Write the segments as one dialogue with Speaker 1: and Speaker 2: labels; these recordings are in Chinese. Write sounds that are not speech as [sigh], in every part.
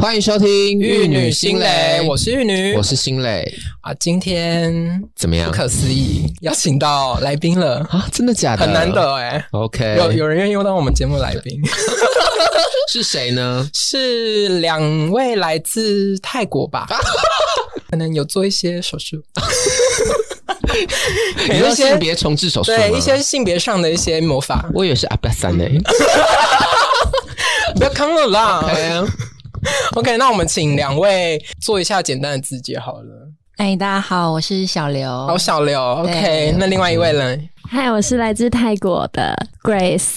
Speaker 1: 欢迎收听《
Speaker 2: 玉女心蕾，我是玉哎女，
Speaker 1: 我是心蕾
Speaker 2: 啊。今天
Speaker 1: 怎么样
Speaker 2: 不可思议，邀请到来宾了，
Speaker 1: 啊？真的假的？
Speaker 2: 很难得哎、
Speaker 1: OK，
Speaker 2: 有有人愿意当我们节目来 [laughs] 宾，
Speaker 1: 是谁呢？
Speaker 2: 是两位来自泰国吧？ [laughs] 可能有做一些手术，
Speaker 1: [laughs] 你
Speaker 2: 有
Speaker 1: 说
Speaker 2: 一些
Speaker 1: 性别重置手术吗
Speaker 2: 对一些，性别上的一些魔法，
Speaker 1: 我以为是阿巴桑呢。
Speaker 2: 嗯不要坑了啦。
Speaker 1: 哎呀
Speaker 2: OK，那我们请两位做一下简单的自介好了。
Speaker 3: 哎，大家好，我是小刘。
Speaker 2: 好，嗯小刘，OK，
Speaker 3: 对
Speaker 2: 那另外一位呢？
Speaker 4: 嗨，我是来自泰国的 Grace。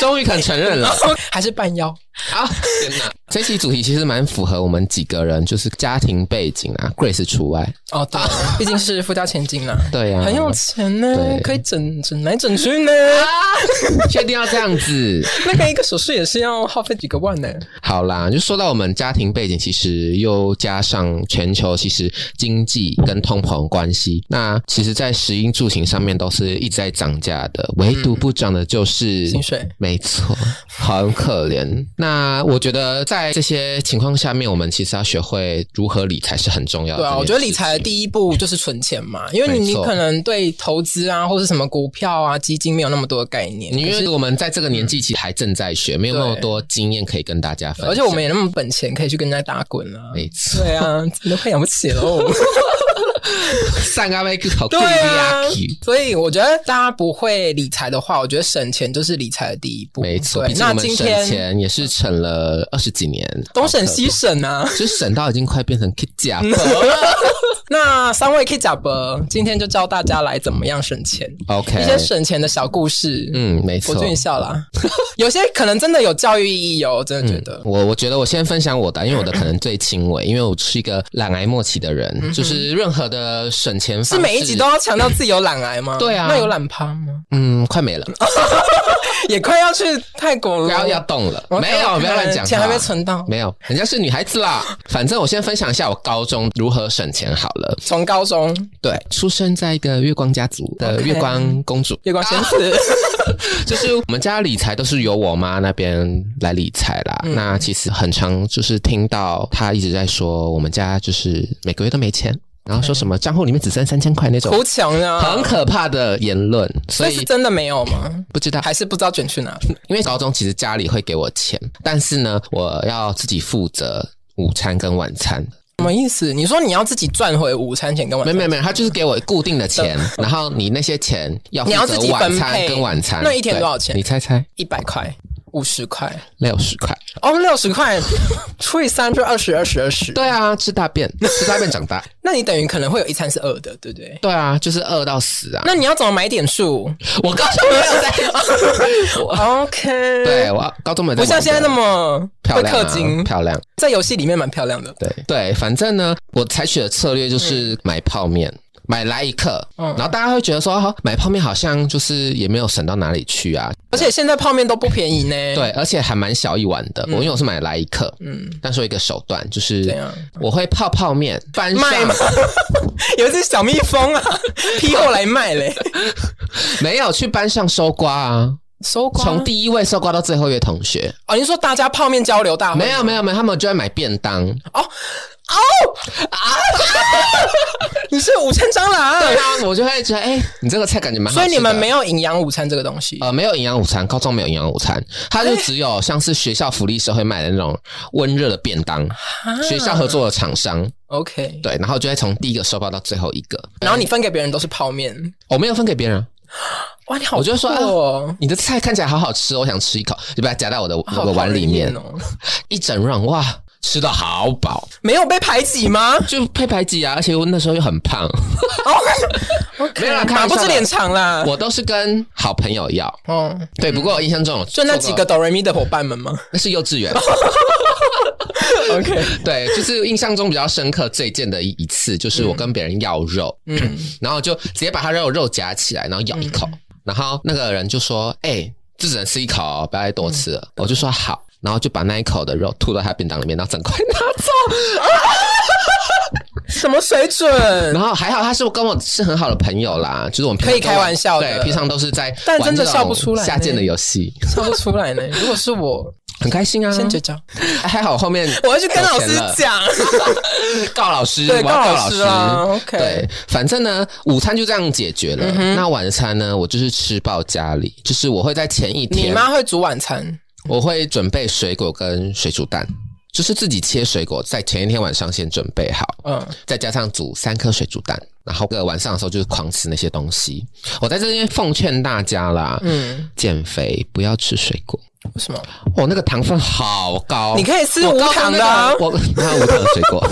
Speaker 1: 终于肯承认了
Speaker 2: [laughs] 还是半腰？
Speaker 1: [laughs] 啊！天哪，这期主题其实蛮符合我们几个人，就是家庭背景啊，Grace 除外。
Speaker 2: 哦， [laughs] 对，毕竟是富家千金啦。
Speaker 1: 对啊呀，
Speaker 2: 很有钱呢
Speaker 1: 嗯对，
Speaker 2: 可以整整来整去呢。
Speaker 1: 确定要这样子。
Speaker 2: 那个一个手术也是要耗费几个万呢。
Speaker 1: 好啦，就说到我们家庭背景，其实又加上全球其实经济跟通膨关系，那其实，在食衣住行上面都是一直在涨价的，唯独不涨的就是、
Speaker 2: 薪水
Speaker 1: 没错，很可怜。那我觉得在这些情况下面，我们其实要学会如何理财是很重要的。
Speaker 2: 对啊，我觉得理财的
Speaker 1: 一，
Speaker 2: 第一步就是存钱嘛，因为你
Speaker 1: 没
Speaker 2: 你
Speaker 1: 错
Speaker 2: 可能对投资啊或是什么股票啊、基金没有那么多的概念，
Speaker 1: 因
Speaker 2: 可是
Speaker 1: 为我们在这个年纪其实还正在学，没有那么
Speaker 2: 对
Speaker 1: 多经验可以跟大家分享。
Speaker 2: 而且我们也那么本钱可以去跟人家打滚啊。
Speaker 1: 没错，
Speaker 2: 对啊，真的快养不起喽。
Speaker 1: [laughs] 上个月考
Speaker 2: 对啊，所以我觉得大家不会理财的话，我觉得省钱就是理财的第一步。
Speaker 1: 没错，
Speaker 2: 对
Speaker 1: 毕竟
Speaker 2: 那
Speaker 1: 我们
Speaker 2: 今
Speaker 1: 省
Speaker 2: 天
Speaker 1: 钱也是省了二十几年，
Speaker 2: 东省西省啊，
Speaker 1: 就省到已经快变成 K 甲。
Speaker 2: [laughs] 那三位 K 假伯今天就教大家来怎么样省钱，一
Speaker 1: OK，
Speaker 2: 些省钱的小故事。嗯，
Speaker 1: 嗯，没错
Speaker 2: 我。俊笑啦， [laughs] 有些可能真的有教育意义哦，我真的觉得。
Speaker 1: 我我觉得我先分享我的，因为我的可能最轻微，因为我是一个懒癌末期的人，就是任何的省钱方
Speaker 2: 嗯是
Speaker 1: 式
Speaker 2: 每一集都要强调自己有懒癌吗？
Speaker 1: 对啊
Speaker 2: 那有懒趴吗？
Speaker 1: 嗯快没了，
Speaker 2: 哦也快要去泰国
Speaker 1: 不
Speaker 2: 了，
Speaker 1: 要要动了，
Speaker 2: OK，
Speaker 1: 没有
Speaker 2: 哦 OK，
Speaker 1: 不要乱讲话，
Speaker 2: 钱还没存到，
Speaker 1: 没有，人家是女孩子啦。
Speaker 2: [laughs]
Speaker 1: 反正我先分享一下我高中如何省钱好了。
Speaker 2: 从高中
Speaker 1: 对，出生在一个月光家族的
Speaker 2: OK
Speaker 1: 月光公主，
Speaker 2: 月光仙
Speaker 1: [laughs]
Speaker 2: 子，
Speaker 1: 就是我们家理财都是由我妈那边来理财啦。
Speaker 2: 嗯
Speaker 1: 那其实很常就是听到她一直在说，我们家就是每个月都没钱，然后说什么账户里面只剩三千块那种
Speaker 2: 图强啊，
Speaker 1: 很可怕的言论，所
Speaker 2: 那是
Speaker 1: 以
Speaker 2: 真的没有吗？
Speaker 1: 不知道。
Speaker 2: 还是不知道卷去哪里？
Speaker 1: 因为高中其实家里会给我钱，但是呢，我要自己负责午餐跟晚餐。
Speaker 2: 什么意思？你说你要自己赚回午餐钱跟晚
Speaker 1: 没
Speaker 2: 餐
Speaker 1: 没没，他就是给我固定的
Speaker 2: [laughs]
Speaker 1: 钱，然后你那些钱要
Speaker 2: 嗯你要
Speaker 1: 负责
Speaker 2: 自己分
Speaker 1: 晚餐
Speaker 2: 配
Speaker 1: 跟晚餐。
Speaker 2: 那一天
Speaker 1: 对
Speaker 2: 多少钱
Speaker 1: 你猜猜？
Speaker 2: 一百块、五十块，
Speaker 1: 六十块。
Speaker 2: 哦，六
Speaker 1: [laughs]
Speaker 2: 十块除以三就二十，二十，二十。
Speaker 1: 对啊，吃大便，吃大便长大。
Speaker 2: 那你等于可能会有一餐是饿的，对不对？
Speaker 1: 对啊，就是饿到死啊！
Speaker 2: 那你要怎么买点数
Speaker 1: 我高中没有在，
Speaker 2: [laughs] ？OK，
Speaker 1: 对，我高中没有在玩的，
Speaker 2: 不像现在那么
Speaker 1: 漂
Speaker 2: 会
Speaker 1: 亮、
Speaker 2: 氪
Speaker 1: 啊，
Speaker 2: 金，
Speaker 1: 漂亮。
Speaker 2: 在游戏里面蛮漂亮的。
Speaker 1: 对对，反正呢，我采取的策略就是买泡面。买来一克，
Speaker 2: 嗯
Speaker 1: 然后大家会觉得说，哦买泡面好像就是也没有省到哪里去啊，
Speaker 2: 而且现在泡面都不便宜呢。，
Speaker 1: 对，而且还蛮小一碗的。我因为我是买来一克，
Speaker 2: 嗯，
Speaker 1: 但是我有一个手段就是
Speaker 2: 怎样，
Speaker 1: 我会泡泡面翻上，
Speaker 2: 卖吗？有一只小蜜蜂啊，批货来卖嘞，
Speaker 1: [laughs] 没有去班上搜刮啊，
Speaker 2: 收刮
Speaker 1: 从第一位搜刮到最后一位同学，
Speaker 2: 哦，你说大家泡面交流大会
Speaker 1: 没有没有没有，他们就会买便当，
Speaker 2: 你是午餐蟑
Speaker 1: 对
Speaker 2: 螂，
Speaker 1: 啊，我就会觉得，哎、你这个菜感觉蛮好吃的。
Speaker 2: 所以你们没有营养午餐这个东西。
Speaker 1: 呃没有营养午餐，高中没有营养午餐，它就只有像是学校福利社会卖的那种温热的便当，学校合作的厂商
Speaker 2: OK，
Speaker 1: 对，然后就会从第一个收包到最后一个。
Speaker 2: 然后你分给别人都是泡面，
Speaker 1: 我没有分给别人，
Speaker 2: 哇，你好
Speaker 1: 我就说
Speaker 2: 酷哦。
Speaker 1: 你的菜看起来好好吃，我想吃一口，就把它夹到我的
Speaker 2: 好
Speaker 1: 我的碗里面
Speaker 2: 讨厌，哦，
Speaker 1: 一整 round 哇，吃到好饱，
Speaker 2: 没有被排挤吗？
Speaker 1: 就配排挤啊，而且我那时候又很 [laughs] 胖， [laughs] 没
Speaker 2: [laughs]
Speaker 1: 有啦开
Speaker 2: 马
Speaker 1: 玩
Speaker 2: 不
Speaker 1: 笑
Speaker 2: 是
Speaker 1: 的
Speaker 2: 脸长啦。
Speaker 1: 我都是跟好朋友要。
Speaker 2: 哦，
Speaker 1: 对，不过我印象中，
Speaker 2: 就那几个，哆瑞咪的伙伴们
Speaker 1: [laughs]
Speaker 2: 吗
Speaker 1: 那是幼稚园。
Speaker 2: ？OK，
Speaker 1: 对，就是印象中比较深刻最近的一一次，就是我跟别人要肉，
Speaker 2: 嗯，
Speaker 1: [clears throat] 然后就直接把他肉肉夹起来，然后咬一口，然后那个人就说：“哎、这只能吃一口哦，不要再多吃了。
Speaker 2: 嗯
Speaker 1: 我就说：“好。”然后就把那一口的肉吐到他便当里面，然后整块拿
Speaker 2: [laughs]
Speaker 1: 走。
Speaker 2: 什么水准？
Speaker 1: 然后还好他是跟我是很好的朋友啦，就是我们平常
Speaker 2: 可以开玩笑的
Speaker 1: 对，平常都是在
Speaker 2: 但
Speaker 1: 玩
Speaker 2: 真的
Speaker 1: 这种
Speaker 2: 笑不出来呢
Speaker 1: 下贱的游戏。 [laughs]
Speaker 2: 笑不出来呢。如果是我，
Speaker 1: 很开心啊。
Speaker 2: 先绝交，
Speaker 1: [laughs] 还好后面
Speaker 2: 我要去跟老
Speaker 1: 有
Speaker 2: 师
Speaker 1: 钱了
Speaker 2: 讲，
Speaker 1: [laughs] 告老师，我
Speaker 2: 对，
Speaker 1: 要
Speaker 2: 告
Speaker 1: 告
Speaker 2: 老
Speaker 1: 老
Speaker 2: 师
Speaker 1: 师。
Speaker 2: 啊，OK，嗯
Speaker 1: 对，反正呢，午餐就这样解决了。那晚餐呢，我就是吃爆家里，就是我会在前一
Speaker 2: [laughs] 你
Speaker 1: 天，
Speaker 2: 妈会煮晚餐，
Speaker 1: 我会准备水果跟水煮蛋，就是自己切水果，在前一天晚上先准备好，
Speaker 2: 嗯，
Speaker 1: 再加上煮三颗水煮蛋，然后晚上的时候就是狂吃那些东西。我在这边奉劝大家啦，
Speaker 2: 嗯，
Speaker 1: 减肥不要吃水果，
Speaker 2: 为什么？
Speaker 1: 哦，那个糖分好高，
Speaker 2: 你可以吃
Speaker 1: 我
Speaker 2: 无
Speaker 1: 高中
Speaker 2: 糖
Speaker 1: 那
Speaker 2: 的啊
Speaker 1: 个，我那无糖水果，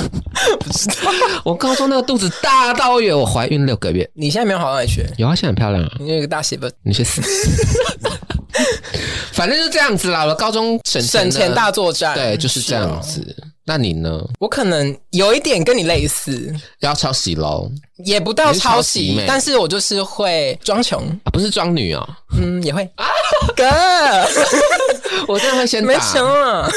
Speaker 1: 我高中那个肚子大到有我怀孕六个月，
Speaker 2: 你现在没有好好来学，
Speaker 1: 有啊，现在很漂亮啊，
Speaker 2: 你有一个大媳妇，
Speaker 1: 你去死！ [laughs] 反正就这样子啦，我高中省钱
Speaker 2: 省
Speaker 1: 的
Speaker 2: 钱大作战，
Speaker 1: 对，就是这样
Speaker 2: 哦
Speaker 1: 子。那你呢？
Speaker 2: 我可能有一点跟你类似，
Speaker 1: 要抄袭喽、
Speaker 2: 也不到
Speaker 1: 你是抄
Speaker 2: 抄
Speaker 1: 袭
Speaker 2: 袭
Speaker 1: 妹，
Speaker 2: 但是我就是会装穷，
Speaker 1: 啊？不是装女哦，
Speaker 2: 嗯，也会。哥，
Speaker 1: 啊我真的会先
Speaker 2: 没
Speaker 1: 打。
Speaker 2: 钱哦了。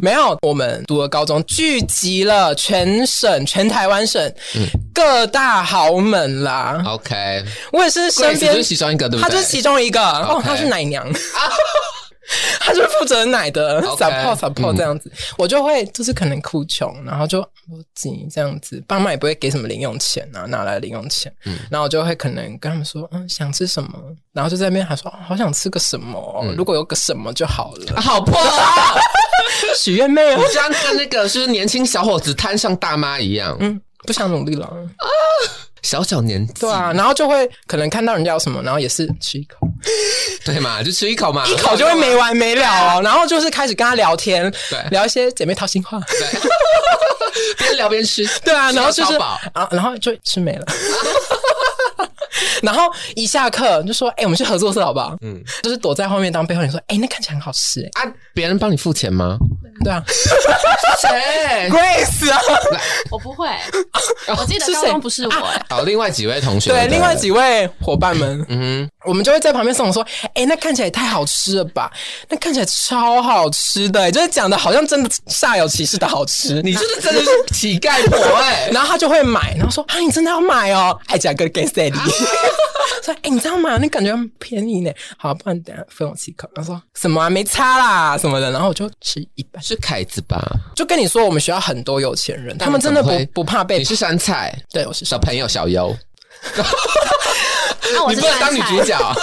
Speaker 2: 没有，我们读了高中，聚集了全省、全台湾省、
Speaker 1: 嗯
Speaker 2: 各大豪门啦。
Speaker 1: OK，
Speaker 2: 我也是身
Speaker 1: Grace
Speaker 2: 边
Speaker 1: 就是其中一个，对不
Speaker 2: 他
Speaker 1: 对？
Speaker 2: 就是其中一个。哦，他是奶娘， [laughs] 他就是负责奶的
Speaker 1: OK
Speaker 2: support support
Speaker 1: 嗯
Speaker 2: 这样子，我就会就是可能哭穷，然后就不急这样子，爸妈也不会给什么零用钱啊，哪来的零用钱？
Speaker 1: 嗯
Speaker 2: 然后我就会可能跟他们说，嗯，想吃什么，然后就在那边还说，哦好想吃个什么哦，
Speaker 1: 嗯
Speaker 2: 如果有个什么就好了，
Speaker 1: [laughs] 啊好破啊！
Speaker 2: 许愿妹啊
Speaker 1: 我，这样跟那个就是年轻小伙子摊上大妈一样，
Speaker 2: 嗯，不想努力
Speaker 1: [laughs]
Speaker 2: 了，
Speaker 1: 小小年纪，
Speaker 2: 对啊，然后就会可能看到人家有什么，然后也是吃一口。
Speaker 1: 对嘛，就吃一口嘛，
Speaker 2: 一口就会没完没了哦，然后就是开始跟他聊天
Speaker 1: 啊对，
Speaker 2: 聊一些姐妹掏心话， [laughs]
Speaker 1: [laughs] 边聊边吃，[laughs]
Speaker 2: 对啊，然后就是
Speaker 1: 吃到饱
Speaker 2: 啊，然后就吃没了。 [laughs] 然后一下课就说：“哎、我们去合作社好不好？”嗯，就是躲在后面当背后人说：“哎、那看起来很好吃、哎，
Speaker 1: 啊，别人帮你付钱吗？[laughs]
Speaker 2: 对啊
Speaker 1: 谁？
Speaker 2: ，Grace 啊，
Speaker 3: [laughs] 我不
Speaker 2: [laughs]
Speaker 3: 会，我记得
Speaker 2: 是
Speaker 3: 高
Speaker 2: 谁
Speaker 3: 中不是我、哎
Speaker 1: 好，哦另外几位同学，
Speaker 2: 对，另外几
Speaker 1: 位，
Speaker 2: 位伙伴们，
Speaker 1: 嗯
Speaker 2: 我们就会在旁边送我说：“哎、那看起来也太好吃了吧？那看起来超好吃的、哎就是讲的好像真的煞有其事的好吃。”
Speaker 1: 哼，你就是真的是乞丐婆哎，
Speaker 2: 然后他就会买，然后说啊，你真的要买哦，还讲个 g
Speaker 1: [laughs]
Speaker 2: a s a d y 说哎、你知道吗？那感觉很便宜呢。好，不然等下分我吃一口。他说什么啊，没差啦什么的。然后我就吃一半，
Speaker 1: 是凯子吧？
Speaker 2: 就跟你说，我们学校很多有钱人，
Speaker 1: 但
Speaker 2: 他们真的
Speaker 1: 怎么
Speaker 2: 不
Speaker 1: 会
Speaker 2: 不怕被
Speaker 1: 你。是山菜，
Speaker 2: [laughs] 对，我是
Speaker 1: 小朋友小优，
Speaker 3: 啊那我
Speaker 1: 你
Speaker 3: 是
Speaker 1: 不能
Speaker 3: 酸
Speaker 1: 当女主
Speaker 3: 菜，
Speaker 1: 角，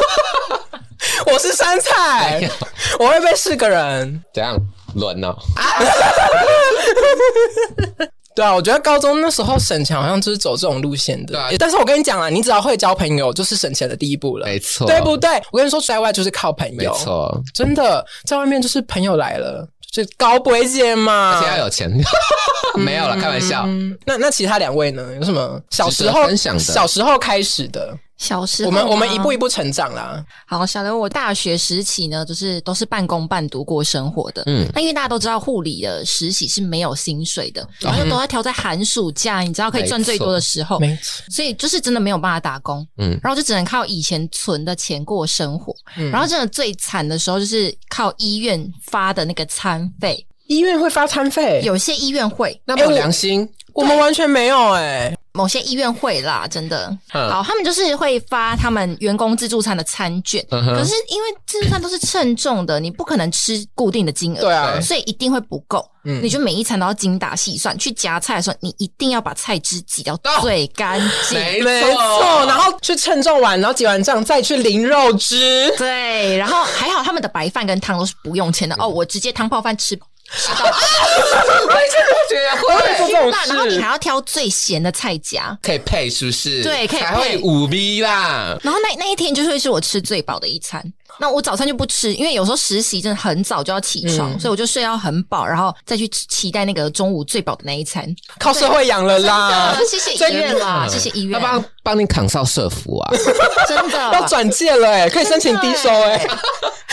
Speaker 2: 我是山菜
Speaker 1: 没有，
Speaker 2: 我会被是个人。
Speaker 1: 怎样轮哦？
Speaker 2: 啊对啊，我觉得高中那时候省钱好像就是走这种路线的。
Speaker 1: 对啊
Speaker 2: 但是我跟你讲啊，你只要会交朋友，就是省钱的第一步了，
Speaker 1: 没错，
Speaker 2: 对不？对？我跟你说，在外就是靠朋
Speaker 1: 没
Speaker 2: 友，
Speaker 1: 错，
Speaker 2: 真的在外面就是朋友来了，就是高不会见嘛
Speaker 1: 而且。要有钱， [laughs] 没有了，开玩笑。
Speaker 2: 嗯，那那其他两位呢？有什么小时
Speaker 1: 值得
Speaker 2: 候
Speaker 1: 分享的
Speaker 2: 小时候开始的？
Speaker 3: 小时候
Speaker 2: 我们我们一步一
Speaker 3: 步
Speaker 2: 步成长啦。
Speaker 3: 好，小刘，我大学时期呢，就是都是半工半读过生活的。
Speaker 1: 嗯
Speaker 3: 嗯，那因为大家都知道护理的实习是没有薪水
Speaker 2: 嗯
Speaker 3: 的，然后又都在挑在寒暑假，你知道可以赚最多的时候，
Speaker 2: 没错，
Speaker 3: 所以就是真的没有办法打工，
Speaker 1: 嗯
Speaker 3: 嗯，然后就只能靠以前存的钱过生活，
Speaker 2: 嗯
Speaker 3: 然后真的最惨的时候就是靠医院发的那个餐费，
Speaker 2: 医院会发餐费，
Speaker 3: 有些医院会，
Speaker 1: 那没有良心，
Speaker 2: 哎我们完全没有哎、
Speaker 3: 某些医院会啦，真的。
Speaker 1: 嗯
Speaker 3: 好，他们就是会发他们员工自助餐的餐券，
Speaker 1: 嗯哼
Speaker 3: 可是因为自助餐都是称重的，你不可能吃固定的金额，
Speaker 2: 对啊
Speaker 3: 所以一定会不够。
Speaker 2: 嗯
Speaker 3: 你就每一餐都要精打细算，去夹菜的时候，你一定要把菜汁挤到最干净。
Speaker 1: 哦没
Speaker 2: 没错。然后去称重完，然后结完账再去淋肉汁，
Speaker 3: 对，然后还好他们的白饭跟汤都是不用钱的
Speaker 1: 嗯
Speaker 3: 哦，我直接汤泡饭吃。吃到饱
Speaker 2: 我会啊做这种
Speaker 3: 啊那然后你
Speaker 2: 事。
Speaker 3: 还要挑最咸的菜夹，
Speaker 1: 可以配是不是？
Speaker 3: 对可以配
Speaker 1: 还会五 B 啦。
Speaker 3: 然后那那一天就是会是我吃最饱的一餐。那我早餐就不吃，因为有时候实习真的很早就要起床，所以我就睡到很饱，然后再去吃期待那个中午最饱的那一餐。
Speaker 2: 靠社会养了啦
Speaker 3: 啊，，谢谢医院啦，谢谢医
Speaker 1: 要
Speaker 3: 院，
Speaker 1: 帮帮你扛上社服啊！
Speaker 3: 真 [laughs] 的。
Speaker 2: 要转介了哎、可以申请低收哎、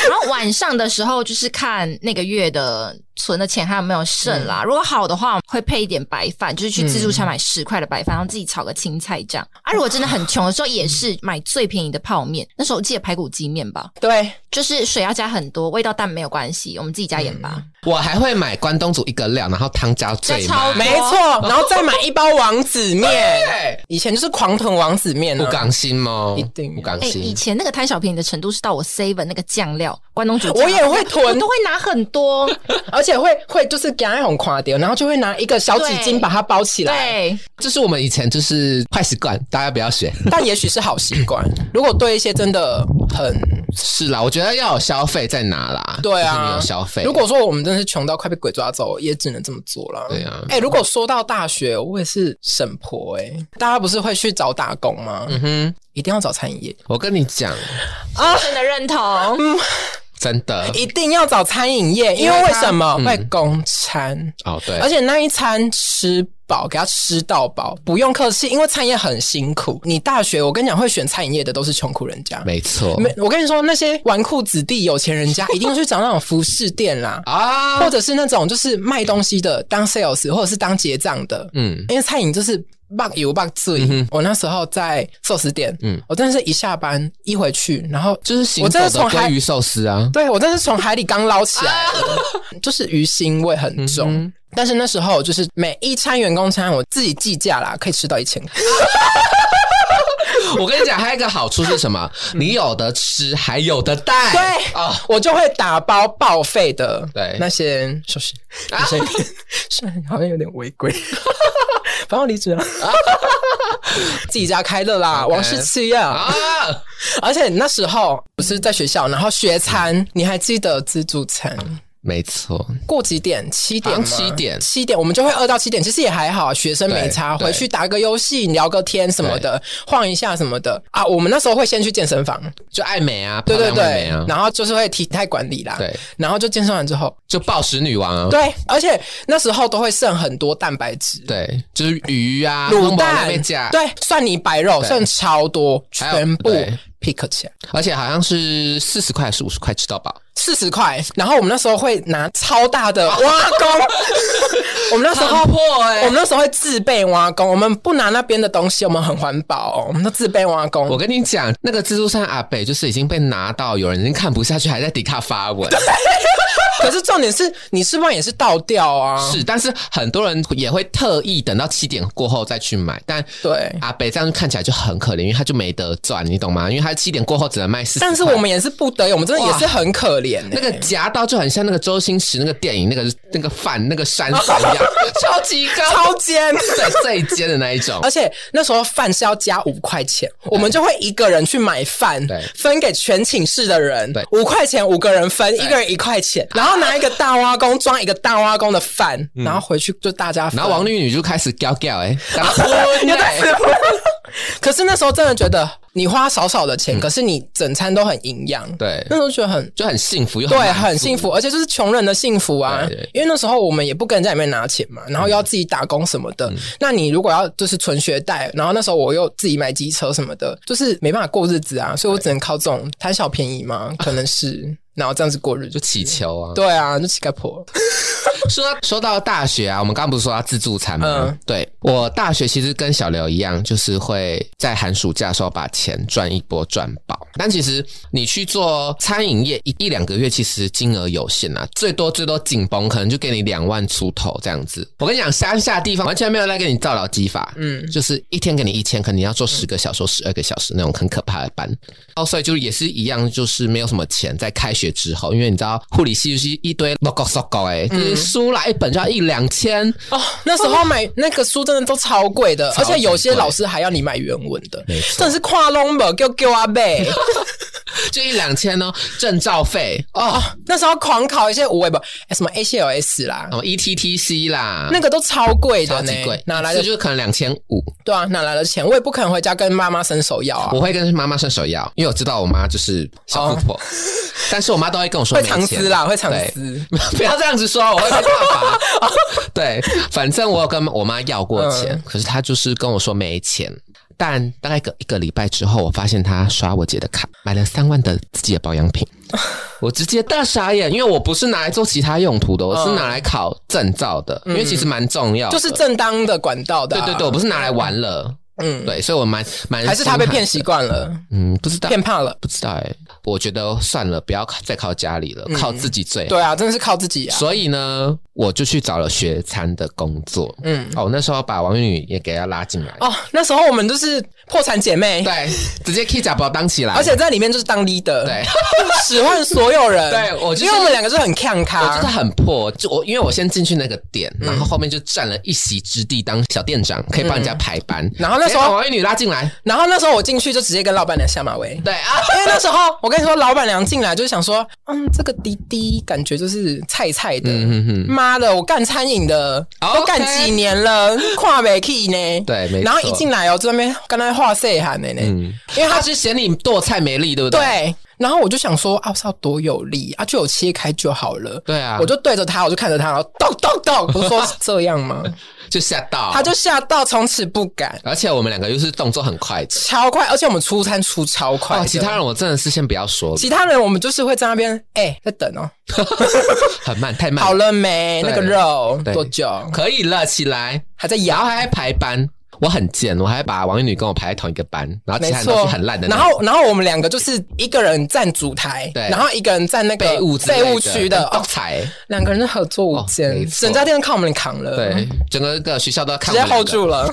Speaker 3: 然后晚上的时候就是看那个月的存的钱还有没有剩啦。如果好的话，会配一点白饭，就是去自助餐买十块的白饭，然后自己炒个青菜这样。啊，如果真的很穷的时候，也是买最便宜的泡面。那时候我记得排骨鸡面吧，
Speaker 2: 对，嘞？
Speaker 3: 就是水要加很多，味道淡没有关系，我们自己加盐
Speaker 2: 嗯
Speaker 3: 巴。
Speaker 1: 我还会买关东煮一个料，然后汤加最
Speaker 3: 这
Speaker 1: 满
Speaker 3: 超。
Speaker 2: 没错，然后再买一包王子面，
Speaker 1: 对，
Speaker 2: 以前就是狂囤王子面
Speaker 1: 不
Speaker 2: 啊。
Speaker 1: 港心吗？
Speaker 2: 一定
Speaker 1: 不港
Speaker 3: 哎、以
Speaker 1: 心。
Speaker 3: 前那个贪小便宜的程度是到我 seven 那个酱料关东煮酱料，
Speaker 2: 我也会囤
Speaker 3: 我都会拿很多。
Speaker 2: 而且会会就是给它很夸掉，然后就会拿一个小纸巾
Speaker 3: 对
Speaker 2: 把它包起 [laughs] 来。
Speaker 3: 对，
Speaker 1: 这是我们以前就是坏习惯，大家不要学。
Speaker 2: 但也许是好习惯，如果对一些真的很
Speaker 1: 是啦，我觉得要有消费在哪啦？
Speaker 2: 对啊
Speaker 1: 就是你有消费。
Speaker 2: 如果说我们真的是穷到快被鬼抓走，也只能这么做了。
Speaker 1: 对啊
Speaker 2: 哎、如果说到大学，我也是神婆哎、大家不是会去找打工吗？嗯哼，一定要找餐饮业，
Speaker 1: 我跟你讲，
Speaker 2: 啊
Speaker 3: 真的认同。
Speaker 2: 嗯
Speaker 1: 真的
Speaker 2: 一定要找餐饮业，因为为什么
Speaker 1: 嗯
Speaker 2: 会公餐？
Speaker 1: 哦，对，
Speaker 2: 而且那一餐吃饱，给他吃到饱，不用客气，因为餐饮业很辛苦。你大学，我跟你讲，会选餐饮业的都是穷苦人家。
Speaker 1: 没错，
Speaker 2: 没，我跟你说，那些纨绔子弟、有钱人家，一定要去找那种服饰店啦 [laughs]
Speaker 1: 啊
Speaker 2: 或，者是那种就是卖东西的，当 sales 或者是当结账的。
Speaker 1: 嗯，
Speaker 2: 因为餐饮就是棒油棒醉。我那时候在寿司店，
Speaker 1: 嗯
Speaker 2: 我真的是一下班一回去，然后
Speaker 1: 就是行
Speaker 2: 我
Speaker 1: 走
Speaker 2: 真
Speaker 1: 的
Speaker 2: 的从
Speaker 1: 鲑
Speaker 2: 海啊
Speaker 1: 鱼寿司啊，
Speaker 2: [laughs] 对我真的是从海里刚捞起来 [laughs] 的，就是鱼腥味很重。但是那时候就是每一餐员工餐，我自己计价啦，可以吃到一千。
Speaker 1: 我跟你讲，还有一个好处是什么？你有的吃，还有的带。
Speaker 2: 嗯对
Speaker 1: 啊，
Speaker 2: 我就会打包报废的，
Speaker 1: 对啊
Speaker 2: 那些寿司，那些 [laughs] 虽然好像有点违规， [laughs] 反正我离职
Speaker 1: [laughs]
Speaker 2: 了，自己家开的啦，
Speaker 1: OK
Speaker 2: 王氏企业。
Speaker 1: 啊，
Speaker 2: 而且那时候不是在学校，然后学餐，你还记得自助餐？
Speaker 1: 没错，
Speaker 2: 过几点？七点吗？
Speaker 1: 好像七点
Speaker 2: 七点，我们就会饿到七点。其实也还好啊，学生没差，
Speaker 1: 对对
Speaker 2: 回去打个游戏、聊个天什么的，晃一下什么的啊。我们那时候会先去健身房，
Speaker 1: 就爱美啊，
Speaker 2: 对对
Speaker 1: 漂亮爱
Speaker 2: 对
Speaker 1: 美，啊，
Speaker 2: 然后就是会体态管理啦，
Speaker 1: 对，
Speaker 2: 然后就健身完之后，
Speaker 1: 就暴食女王啊。
Speaker 2: [laughs] 对，而且那时候都会剩很多蛋白质，
Speaker 1: 对，就是鱼啊，
Speaker 2: 卤
Speaker 1: 那
Speaker 2: 蛋
Speaker 1: 边加，，
Speaker 2: 对，蒜泥白肉
Speaker 1: 对
Speaker 2: 剩超多，
Speaker 1: 还有
Speaker 2: 全部
Speaker 1: 对
Speaker 2: pick 起来。
Speaker 1: 而且好像是四十块还是五十块吃到饱，
Speaker 2: 四十块，然后我们那时候会拿超大
Speaker 1: [laughs]
Speaker 2: 的挖工，我们那时候
Speaker 1: 破哎
Speaker 2: 我们那时候会自备挖工，我们不拿那边的东西，我们很环保、哦，我们都自备挖工。
Speaker 1: 我跟你讲，那个自助餐阿北就是已经被拿到，有人已经看不下去，还在底下发文。
Speaker 2: 可是重点是你吃饭也是倒掉啊，
Speaker 1: 是，但是很多人也会特意等到七点过后再去买，但 [laughs]
Speaker 2: 对。
Speaker 1: 阿北这样看起来就很可怜，因为他就没得赚，你懂吗？因为他七点过后只能卖四。
Speaker 2: 但是我们也是不得已，我们真的也是很可怜、欸。
Speaker 1: 那个夹到就很像那个周星驰那个电影那个那个饭那个山山
Speaker 2: [laughs]
Speaker 1: 一样，超级高，
Speaker 2: 超
Speaker 1: [laughs]
Speaker 2: 尖，
Speaker 1: 对最尖的那一种
Speaker 2: 而。且那时候饭是要加五块钱，我们就会一个人去买饭
Speaker 1: 对，
Speaker 2: 分给全寝室的人
Speaker 1: 对，
Speaker 2: 五块钱五个人分，一个人一块钱，然后拿一个大挖工装一个大挖工的饭，然后回去就大家分。
Speaker 1: 嗯然后王绿女就开始叫叫
Speaker 2: [laughs]
Speaker 1: 哎，打昏 [laughs]
Speaker 2: 又
Speaker 1: 哎
Speaker 2: 在吃饭可是那时候真的觉得你花少少的钱，可是你整餐都很营养。
Speaker 1: 嗯对
Speaker 2: 那时候觉得很。
Speaker 1: 就很幸福又
Speaker 2: [laughs] 对，
Speaker 1: 满足
Speaker 2: 很幸福，而且就是穷人的幸福啊
Speaker 1: 对对！嗯
Speaker 2: 因为那时候我们也不跟人家里面拿钱嘛，然后又要自己打工什么的。那你如果要就是存学贷，然后那时候我又自己买机车什么的，就是没办法过日子啊，所以我只能靠这种贪小便宜嘛，可能是，然后这样子过日子
Speaker 1: 就。祈求啊。
Speaker 2: 对啊，就乞丐婆。 [laughs]
Speaker 1: 说到说到大学啊，我们刚不是说要自助餐吗？
Speaker 2: 嗯
Speaker 1: 对我大学其实跟小刘一样，就是会在寒暑假的时候把钱赚一波赚饱。但其实你去做餐饮业一一两个月，其实金额有限啊，最多最多紧绷可能就给你两万出头这样子。我跟你讲，乡下地方完全没有在给你造劳基法，嗯，就是一天给你一千，可能你要做十个小时、十二个小时那种很可怕的班。哦，所以就也是一样，就是没有什么钱。在开学之后，因为你知道护理系就是一堆 logo logo 哎，就是书来一本就要一两千，
Speaker 2: 嗯哦，那时候买那个书真的都超贵的，
Speaker 1: 超
Speaker 2: 而
Speaker 1: 级
Speaker 2: 且有些
Speaker 1: 贵
Speaker 2: 老师还要你买原文的，
Speaker 1: 没错
Speaker 2: 真的是跨龙本给给阿
Speaker 1: [laughs]
Speaker 2: 贝
Speaker 1: [laughs] 就一两千哦，证照费
Speaker 2: 哦。那时候狂考一些无为不、哎什么 ACLS 啦，
Speaker 1: 什么 ETTC 啦，
Speaker 2: 那个都超贵的
Speaker 1: 哦超
Speaker 2: 呢
Speaker 1: 级贵，，
Speaker 2: 哪来
Speaker 1: 一
Speaker 2: 的
Speaker 1: 次？就是可能两千五。
Speaker 2: 对啊，哪来的钱？我也不可能回家跟妈妈伸手要啊
Speaker 1: 我。会跟妈妈伸手要，因为我知道我妈就是小富婆，但是我妈都会跟我说
Speaker 2: 哦会
Speaker 1: 没钱
Speaker 2: 藏私啦，会藏
Speaker 1: 对
Speaker 2: 私。
Speaker 1: [laughs] 不要这样子说，我会被爸爸。
Speaker 2: [laughs]
Speaker 1: 对，反正我有跟我妈要过钱，
Speaker 2: 嗯
Speaker 1: 可是她就是跟我说没钱。但大概个一个礼拜之后，我发现她刷我姐的卡，买了三万的自己的保养
Speaker 2: [laughs]
Speaker 1: 品，我直接大傻眼，因为我不是拿来做其他用途的，我是拿来
Speaker 2: 嗯
Speaker 1: 考证照的，因为其实蛮重要的，
Speaker 2: 就是正当的管道的啊、
Speaker 1: 对对对，我不是拿来玩了。
Speaker 2: 嗯，
Speaker 1: 对，所以我蛮蛮
Speaker 2: 还是他被骗习
Speaker 1: 心寒
Speaker 2: 惯了，
Speaker 1: 的，嗯，不知道
Speaker 2: 骗怕了。
Speaker 1: 不知道哎、我觉得算了，不要靠再靠家里了，
Speaker 2: 嗯
Speaker 1: 靠自己最好。
Speaker 2: 对啊，真的是靠自己啊。
Speaker 1: 所以呢，我就去找了学餐的工作。
Speaker 2: 嗯，
Speaker 1: 哦，那时候把王玉女也给她拉进来，
Speaker 2: 哦，那时候我们就是破产姐妹，
Speaker 1: 对，直接 K 假包当起来，
Speaker 2: 而且在里面就是当 leader，
Speaker 1: 对，
Speaker 2: [laughs] 使唤所有人。
Speaker 1: 对我就是
Speaker 2: 因为我们两个就是很看
Speaker 1: 我真的
Speaker 2: 咖，
Speaker 1: 很破，就我因为我先进去那个店，
Speaker 2: 嗯
Speaker 1: 然后后面就占了一席之地当小店长，可以帮人家排班。
Speaker 2: 嗯然后那时候
Speaker 1: 直接把王玉女拉进来，
Speaker 2: 然后那时候我进去就直接跟老板娘下马威。
Speaker 1: 对啊，
Speaker 2: 因为那时候我跟你说，老板娘进来就是想说，嗯，这个滴滴感觉就是菜菜的，
Speaker 1: 嗯哼哼，
Speaker 2: 妈的，我干餐饮的
Speaker 1: OK
Speaker 2: 都干几年了，跨北 key 呢？
Speaker 1: 对没错
Speaker 2: 然后一进来哦，这边跟他话塞喊的呢，
Speaker 1: 嗯
Speaker 2: 因为
Speaker 1: 他
Speaker 2: 他
Speaker 1: 是嫌你剁菜没力，对不对？
Speaker 2: 对。然后我就想说，啊，是要多有力啊，就有切开就好了。
Speaker 1: 对啊
Speaker 2: 我就对着他，我就看着他，然后咚咚
Speaker 1: [laughs]
Speaker 2: 咚，我就说是这样吗？
Speaker 1: 就吓到
Speaker 2: 他就吓到，从此不敢，
Speaker 1: 而且我们两个又是动作很快的，
Speaker 2: 超快，而且我们出餐出超快的、
Speaker 1: 哦，其他人我真的是先不要说了，
Speaker 2: 其他人我们就是会在那边，哎、在等哦，
Speaker 1: 很慢，太慢，
Speaker 2: 好，了没？
Speaker 1: 哎对
Speaker 2: 那个肉
Speaker 1: 对
Speaker 2: 多久？
Speaker 1: 可以了，起来，
Speaker 2: 还在
Speaker 1: 然
Speaker 2: 摇
Speaker 1: 后，还排班，我很贱，我还把王玉女跟我排在同一个班，然后其
Speaker 2: 没
Speaker 1: 他人都
Speaker 2: 错，
Speaker 1: 是很烂的那
Speaker 2: 然
Speaker 1: 种，
Speaker 2: 后，然后我们两个就是一个人站主台，
Speaker 1: 对
Speaker 2: 然后一个人站那个
Speaker 1: 废物之类
Speaker 2: 废物区的，
Speaker 1: 很多，
Speaker 2: 哦
Speaker 1: 彩，
Speaker 2: 两个人是合作无
Speaker 1: 哦没
Speaker 2: 间，
Speaker 1: 错
Speaker 2: 整家店靠我们扛了，
Speaker 1: 对，，整个个学校都要
Speaker 2: 嗯直
Speaker 1: 看
Speaker 2: 接
Speaker 1: 我们两个。
Speaker 2: hold
Speaker 1: [laughs]
Speaker 2: 住了。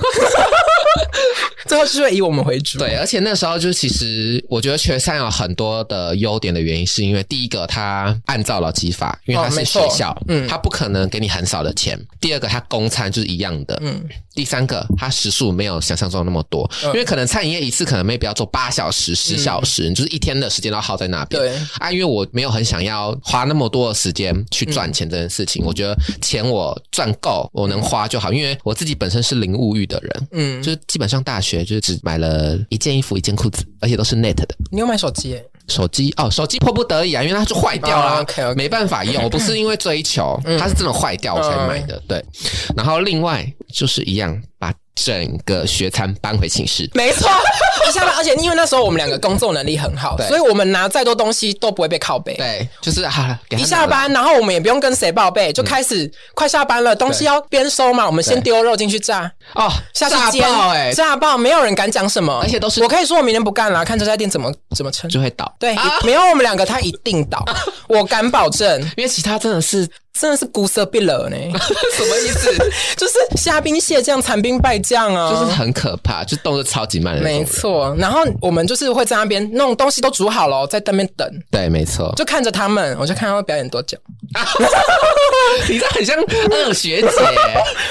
Speaker 2: 最后就是会以我们为主，
Speaker 1: 对，啊而且那时候就其实我觉得学三有很多的优点的原因，是因为第一个它按照劳基法，因为
Speaker 2: 哦
Speaker 1: 它是
Speaker 2: 没
Speaker 1: 学
Speaker 2: 错
Speaker 1: 校，
Speaker 2: 嗯
Speaker 1: 它不可能给你很少的钱。第二个，它公餐就是一样的，
Speaker 2: 嗯，
Speaker 1: 第三个，它时数没有想象中那么多，
Speaker 2: 嗯
Speaker 1: 因为可能餐饮业一次可能 maybe 要做八小时、十小时，你就是一天的时间都要耗在那边。
Speaker 2: 嗯对
Speaker 1: 啊，因为我没有很想要花那么多的时间去赚钱这件事
Speaker 2: 嗯
Speaker 1: 情，我觉得钱我赚够，我能花就好，因为我自己本身是零物欲的人。
Speaker 2: 嗯，
Speaker 1: 就是基本上大学就是只买了一件衣服、一件裤子，而且都是 net 的。
Speaker 2: 你有买手机耶？
Speaker 1: 手机哦，手机迫不得已啊，因为它就坏掉啦、
Speaker 2: 哦，OK，OK
Speaker 1: 没办法
Speaker 2: [laughs]
Speaker 1: 用。我不是因为追求，它是真的坏掉我才买的。对，
Speaker 2: 嗯
Speaker 1: 然后另外就是一样，把整个学餐搬回寝室。
Speaker 2: 没错， [laughs] 一下班，而且因为那时候我们两个工作能力很好，
Speaker 1: 对
Speaker 2: 所以我们拿再多东西都不会被靠背。
Speaker 1: 对，就是啊，给它
Speaker 2: 一下
Speaker 1: 拿了，
Speaker 2: 班，然后我们也不用跟谁报备，就开始快下班了，东西要边收嘛，我们先
Speaker 1: 嗯对
Speaker 2: 丢肉进去炸，
Speaker 1: 哦，
Speaker 2: 下
Speaker 1: 炸
Speaker 2: 次煎
Speaker 1: 爆哎、
Speaker 2: 炸爆，没有人敢讲什么，
Speaker 1: 而且都是
Speaker 2: 我可以说我明天不干了，看这家店怎么怎么撑。
Speaker 1: 就会啊倒。
Speaker 2: 对，没有我们两个，他一定
Speaker 1: [laughs]
Speaker 2: 倒，我敢保证，
Speaker 1: 因为其他真的
Speaker 2: [laughs]
Speaker 1: 是
Speaker 2: 真的是孤色
Speaker 1: [laughs]
Speaker 2: 必了呢，
Speaker 1: 什么意思？
Speaker 2: 就是虾兵蟹将、残兵败将啊，
Speaker 1: 就是很可怕，就动作超级慢的那种
Speaker 2: 没
Speaker 1: 人。
Speaker 2: 错。然后我们就是会在那边弄东西都煮好了，在那边等，
Speaker 1: 对，没错。
Speaker 2: 就看着他们，我就看他们表演多久。
Speaker 1: 你这很像二
Speaker 2: [laughs]
Speaker 1: 学姐，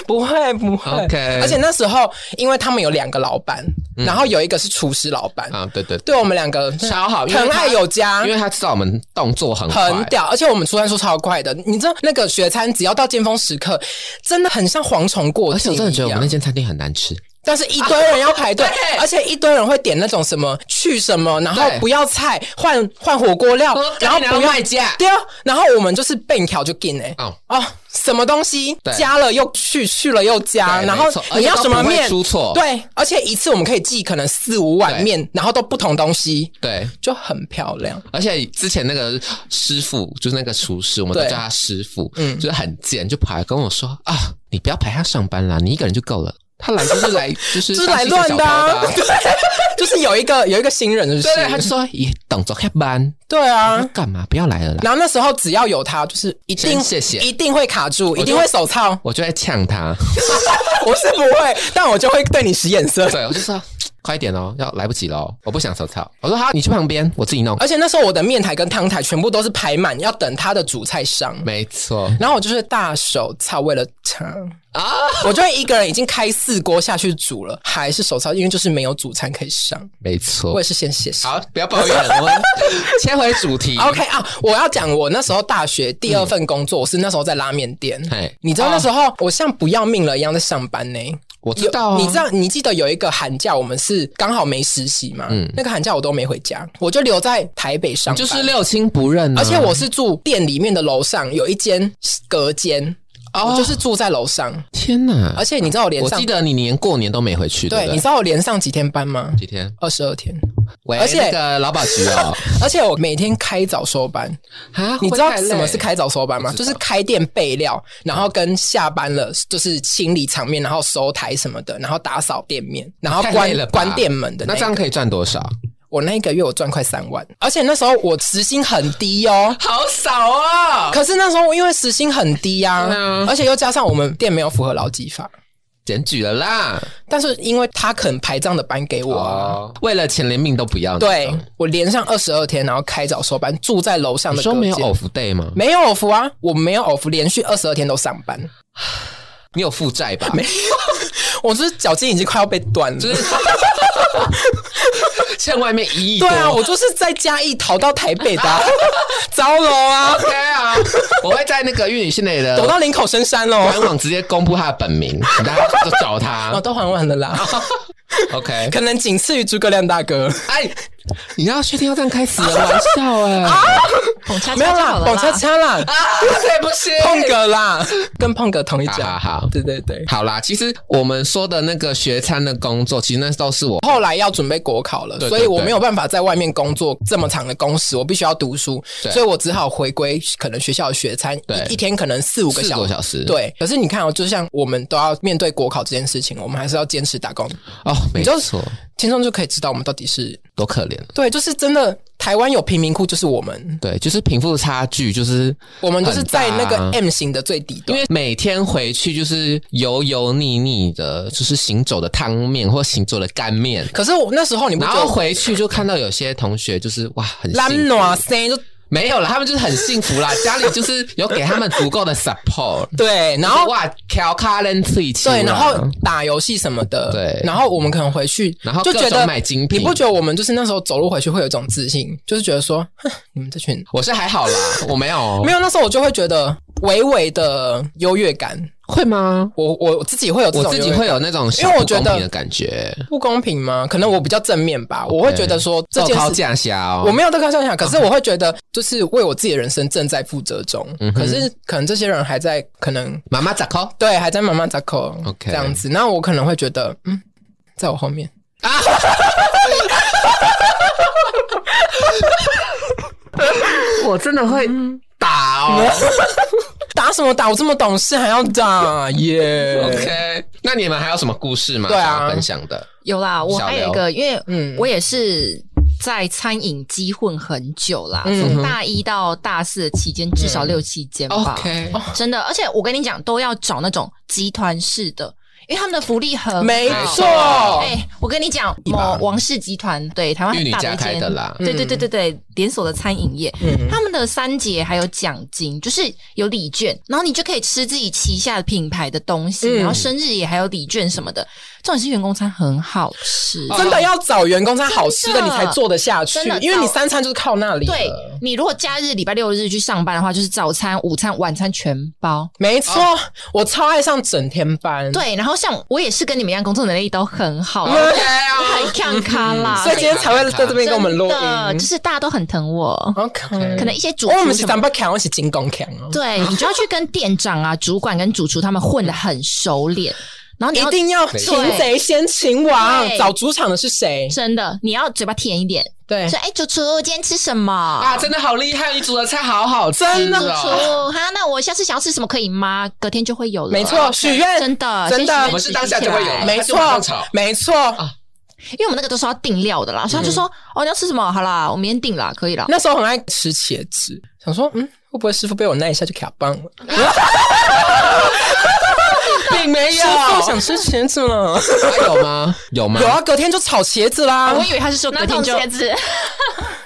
Speaker 2: 不会不会
Speaker 1: OK
Speaker 2: 而且那时候因为他们有两个老板，然后有一个是厨师老板，
Speaker 1: 啊，对对对，
Speaker 2: 对我们两个
Speaker 1: 超好，因为
Speaker 2: 疼
Speaker 1: 她
Speaker 2: 爱有加
Speaker 1: 因。为他知道我们动作很快
Speaker 2: 很屌，而且我们出餐出超快的。你知道那个学餐，只要到尖峰时刻，真的很像蝗虫过
Speaker 1: 而且
Speaker 2: 境
Speaker 1: 我
Speaker 2: 一
Speaker 1: 真
Speaker 2: 样。
Speaker 1: 的觉得我们那间餐厅很难吃，
Speaker 2: 但是一堆人要排队
Speaker 1: [laughs] 对，
Speaker 2: 而且一堆人会点那种什么去什么，然后
Speaker 1: 对哦
Speaker 2: 不要菜，换换火锅料
Speaker 1: 说，
Speaker 2: 然后
Speaker 1: 干你
Speaker 2: 不
Speaker 1: 娘
Speaker 2: 要
Speaker 1: 卖价
Speaker 2: 对啊，然后我们就是笨条就进哎、
Speaker 1: 哦
Speaker 2: 哦，什么东西
Speaker 1: 对
Speaker 2: 加了又去，去了又加，
Speaker 1: 对
Speaker 2: 然后
Speaker 1: 没错而且
Speaker 2: 你要
Speaker 1: 都
Speaker 2: 什么
Speaker 1: 不会
Speaker 2: 面
Speaker 1: 出错
Speaker 2: 对，而且一次我们可以寄可能四五碗
Speaker 1: 对
Speaker 2: 面，然后都不同东西，
Speaker 1: 对。
Speaker 2: 就很漂亮。
Speaker 1: 而且之前那个师傅，就是那个厨师，我们都
Speaker 2: 对
Speaker 1: 叫他师傅，
Speaker 2: 嗯
Speaker 1: 就是很贱，就跑来跟我说啊，你不要陪他上班啦，你一个人就够了。他来就是来，就是
Speaker 2: 就是来
Speaker 1: 当
Speaker 2: 乱
Speaker 1: 小
Speaker 2: 的、
Speaker 1: 偷啊
Speaker 2: 啊， [laughs] 对，就是有一个有一个新人，就是
Speaker 1: 对对，他就说也等着下班，
Speaker 2: 对
Speaker 1: 他
Speaker 2: 啊
Speaker 1: [laughs] 说，干嘛不要来了啦？
Speaker 2: 然后那时候只要有他，就是一定
Speaker 1: 先谢谢
Speaker 2: 一定会卡住，
Speaker 1: 就
Speaker 2: 一定会手操。 [laughs]
Speaker 1: 我就会呛他，
Speaker 2: 我是不会，但我就会对你使眼色。
Speaker 1: 对我就说快点哦，要来不及喽，我不想手操。我说好，你去旁边，我自己弄。
Speaker 2: 而且那时候我的面台跟汤台全部都是排满，要等他的主菜上。
Speaker 1: 没错，
Speaker 2: 然后我就是大手操，为了他啊，我就会一个人已经开四锅下去煮了，还是手操，因为就是没有主餐可以上。
Speaker 1: 没错。
Speaker 2: 我也是先谢谢。
Speaker 1: 好，不要抱怨，我们 [laughs] 切回主题。
Speaker 2: OK 啊，我要讲我那时候大学第二份工作，我是那时候在拉面店
Speaker 1: 嘿。
Speaker 2: 你知道那时候我像不要命了一样在上班呢、
Speaker 1: 我知道、啊，
Speaker 2: 你知道，你记得有一个寒假，我们是刚好没实习嘛？
Speaker 1: 嗯
Speaker 2: 那个寒假我都没回家，我就留在台北上班。
Speaker 1: 就是六亲不认、啊，
Speaker 2: 而且我是住店里面的楼上，有一间隔间，我就是住在楼上，
Speaker 1: 天哪！
Speaker 2: 而且你知道我连
Speaker 1: 哦我
Speaker 2: 上
Speaker 1: 记得你连过年都没回去，
Speaker 2: 对，
Speaker 1: 不
Speaker 2: 你知道我连上几天班吗？
Speaker 1: 几天？
Speaker 2: 二十二天，
Speaker 1: 喂，
Speaker 2: 而且
Speaker 1: 那个劳保局
Speaker 2: [laughs]
Speaker 1: 哦，
Speaker 2: 而且我每天开早收班，
Speaker 1: 啊
Speaker 2: [laughs] 你知道什么是？
Speaker 1: 会太累
Speaker 2: 开早收班吗？
Speaker 1: 不
Speaker 2: 就
Speaker 1: 知
Speaker 2: 是
Speaker 1: 道
Speaker 2: 开店备料，然后跟下班了就是清理场面，然后收台什么的，然后打扫店面，然后
Speaker 1: 太
Speaker 2: 关
Speaker 1: 累了吧
Speaker 2: 关店门的
Speaker 1: 那
Speaker 2: 那
Speaker 1: 这样
Speaker 2: 个。
Speaker 1: 可以赚多少？
Speaker 2: 我那一个月我赚快三万，而且那时候我时薪很低哦。
Speaker 1: 好少哦！
Speaker 2: 可是那时候我因为时薪很低呀、
Speaker 1: 对啊
Speaker 2: 而且又加上我们店没有符合劳基法，
Speaker 1: 检举了啦！
Speaker 2: 但是因为他肯排这样的班给我啊，
Speaker 1: 哇，为了钱连命都不要那种。
Speaker 2: 对我连上二十二天，然后开早收班，住在楼上
Speaker 1: 你
Speaker 2: 的
Speaker 1: 说
Speaker 2: 隔
Speaker 1: 没有
Speaker 2: 间
Speaker 1: off day 吗？
Speaker 2: 没有偶服啊，我没有偶服，连续二十二天都上班，
Speaker 1: 你有负债吧？
Speaker 2: 没我就是脚筋已经快要被断了。
Speaker 1: 就是欠外面一亿
Speaker 2: 对
Speaker 1: 多。
Speaker 2: 啊，我就是在嘉义逃到台北
Speaker 1: [laughs]
Speaker 2: 的、啊，糟了啊，
Speaker 1: OK
Speaker 2: [laughs]
Speaker 1: 啊，我会在那个玉女心磊
Speaker 2: 躲
Speaker 1: 的
Speaker 2: 到林口深山喽。
Speaker 1: 官网直接公布他的本名，大家就找
Speaker 2: [laughs] 哦，
Speaker 1: 他。
Speaker 2: 都还完了啦，
Speaker 1: 啊 [laughs] OK，
Speaker 2: 可能仅次于诸葛亮大哥。
Speaker 1: 哎，你要确定要这样开死人玩笑哎？
Speaker 2: 啊
Speaker 3: 捧恰
Speaker 2: 没有
Speaker 3: 恰就
Speaker 2: 啦
Speaker 3: 好，了
Speaker 2: 蹦恰
Speaker 3: 啦。
Speaker 2: 恰啦，
Speaker 1: 啊，对不啊起，
Speaker 2: 碰哥啦，跟碰哥同一
Speaker 1: 好
Speaker 2: 家。
Speaker 1: 好好
Speaker 2: 对对对。
Speaker 1: 好啦，其实我们说的那个学餐的工作，其实那都是我
Speaker 2: 后来要准备国考了，
Speaker 1: 对
Speaker 2: 所以我没有办法在外面工作这么长的工时，我必须要读书，
Speaker 1: 对
Speaker 2: 所以我只好回归可能学校的学餐，
Speaker 1: 对
Speaker 2: 一一天可能四五个
Speaker 1: 四
Speaker 2: 小
Speaker 1: 个
Speaker 2: 时。
Speaker 1: 小时。
Speaker 2: 对，可是你看哦，就像我们都要面对国考这件事情，我们还是要坚持打工。
Speaker 1: 哦，没
Speaker 2: 你就
Speaker 1: 错，
Speaker 2: 听众就可以知道我们到底是
Speaker 1: 多可怜。
Speaker 2: 对，就是真的台湾有贫民窟，就是我们，
Speaker 1: 对，就是贫富差距，就是
Speaker 2: 我们就是在那个
Speaker 1: 很大啊
Speaker 2: M 型的最底
Speaker 1: 因
Speaker 2: 端。
Speaker 1: 为每天回去就是油油腻腻的，就是行走的汤面或行走的干面，
Speaker 2: 可是我那时候你不
Speaker 1: 然
Speaker 2: 觉
Speaker 1: 后
Speaker 2: 得
Speaker 1: 回去就看到有些同学就是哇，很
Speaker 2: 懒
Speaker 1: 幸
Speaker 2: 暖
Speaker 1: 福，
Speaker 2: 生就
Speaker 1: 没有了，他们就是很幸福啦，家里就是有给他们足够的 support，
Speaker 2: 对，然后
Speaker 1: 哇，调卡人自己
Speaker 2: 对，然后打游戏什么的，
Speaker 1: 对
Speaker 2: 然后我们可能回去，
Speaker 1: 然后
Speaker 2: 就觉
Speaker 1: 各
Speaker 2: 得
Speaker 1: 种买精
Speaker 2: 你
Speaker 1: 品，
Speaker 2: 不觉得我们就是那时候走路回去会有一种自信，就是觉得说， [laughs] 哼，你们这群
Speaker 1: 我是还好啦，我没有，
Speaker 2: 没有那时候我就会觉得微微的优越感，
Speaker 1: 会吗？
Speaker 2: 我我我自己会有这
Speaker 1: 我
Speaker 2: 种
Speaker 1: 自
Speaker 2: 优
Speaker 1: 己
Speaker 2: 越
Speaker 1: 会
Speaker 2: 感
Speaker 1: 有那种小
Speaker 2: 因为我
Speaker 1: 不公
Speaker 2: 觉得
Speaker 1: 平的感觉，
Speaker 2: 不公平吗？可能我比较正面吧，我会觉得说这件
Speaker 1: 靠
Speaker 2: 事。
Speaker 1: 架下哦，
Speaker 2: 我没有对高笑想，啊可是我会觉得，就是为我自己的人生正在负责中。可是可能这些人还在，可能
Speaker 1: 嗯妈妈咋靠？
Speaker 2: 对还在慢慢扎口
Speaker 1: OK
Speaker 2: 这样子，那我可能会觉得，嗯，在我后面，
Speaker 1: 我真的会打哦。
Speaker 2: 打什么打？我这么懂事还要打耶
Speaker 1: [laughs] OK，那你们还有什么故事吗？
Speaker 2: 对啊
Speaker 1: 想要分享的
Speaker 3: 有啦，
Speaker 1: 嗯
Speaker 3: 我
Speaker 1: 小
Speaker 3: 还有一
Speaker 1: 聊
Speaker 3: 个，因为
Speaker 2: 嗯
Speaker 3: 我也是在餐饮机混很久啦，
Speaker 2: 嗯
Speaker 3: 从大一到大四的期间至少六七间吧。
Speaker 1: 嗯 OK，
Speaker 3: 真的，而且我跟你讲，都要找那种集团式的，因为他们的福利很好
Speaker 2: 没错
Speaker 3: 哎、我跟你讲，
Speaker 2: 一把
Speaker 3: 某王氏集团对台湾
Speaker 1: 玉
Speaker 3: 很
Speaker 1: 女
Speaker 3: 大
Speaker 1: 家
Speaker 3: 一
Speaker 1: 开
Speaker 3: 间
Speaker 1: 的啦
Speaker 3: 对对对对对，连锁的餐饮业，
Speaker 2: 嗯
Speaker 3: 他们的三节还有奖金，就是有礼券，然后你就可以吃自己旗下品牌的东西，
Speaker 2: 嗯
Speaker 3: 然后生日也还有礼券什么的。重点是员工餐很好吃，
Speaker 1: 哦
Speaker 2: 真的要找员工餐好吃的，
Speaker 3: 真的
Speaker 2: 你才做得下去
Speaker 3: 真的，
Speaker 2: 因为你三餐就是靠那里了。
Speaker 3: 对你如果假日礼拜六日去上班的话，就是早餐、午餐、晚餐全包。
Speaker 2: 没错，我超爱上整天班。，
Speaker 3: 对，然后像我也是跟你们一样，工作能力都
Speaker 2: [laughs]
Speaker 3: 很好，
Speaker 1: OK 啊，
Speaker 3: 很看咖啦，
Speaker 2: 嗯所以今天才会在这边跟我们录
Speaker 3: 真的
Speaker 2: 音
Speaker 3: 就。是大家都很疼我，
Speaker 2: OK，
Speaker 3: 可能一些主
Speaker 2: 我
Speaker 3: 厨
Speaker 2: 们是
Speaker 3: 什么
Speaker 2: 咱。不强，我是金工强哦。 [laughs]
Speaker 3: 对你就要去跟店长啊、主管跟主厨他们混得很熟练，然哦后你
Speaker 2: 一
Speaker 3: 要
Speaker 2: 定要擒贼先擒王，
Speaker 3: 对
Speaker 2: 找主场的是谁？
Speaker 3: 真的你要嘴巴甜一点，
Speaker 2: 对
Speaker 3: 说，哎，主厨今天吃什么？
Speaker 1: 啊，真的好厉害，你煮的菜好好吃哦，
Speaker 2: 真的
Speaker 3: 主厨， [laughs] 哈，那我下次想要吃什么可以吗？隔天就会有了。
Speaker 2: 没错，许愿
Speaker 3: 真的，
Speaker 2: 真的
Speaker 3: 先许愿
Speaker 2: 我们
Speaker 1: 是当下就会有
Speaker 3: 自己起来
Speaker 2: 没
Speaker 1: 他就
Speaker 2: 错
Speaker 1: 马上炒，
Speaker 2: 没错。
Speaker 3: 哦因为我们那个都是要定料的啦，所以他就说，
Speaker 2: 嗯
Speaker 3: 哦，你要吃什么？好啦，我明天定啦，可以啦。
Speaker 2: 那时候很爱吃茄子，想说，嗯，会不会师傅被我那一下就卡棒了？
Speaker 1: [laughs] 并没
Speaker 2: [laughs] 师傅想吃茄子了，
Speaker 1: 还有
Speaker 2: [laughs]
Speaker 1: 吗？有吗？
Speaker 2: 有啊，隔天就炒茄子
Speaker 3: 啊
Speaker 2: 啦
Speaker 3: 我。以为他是说隔天就
Speaker 4: 那种鞋子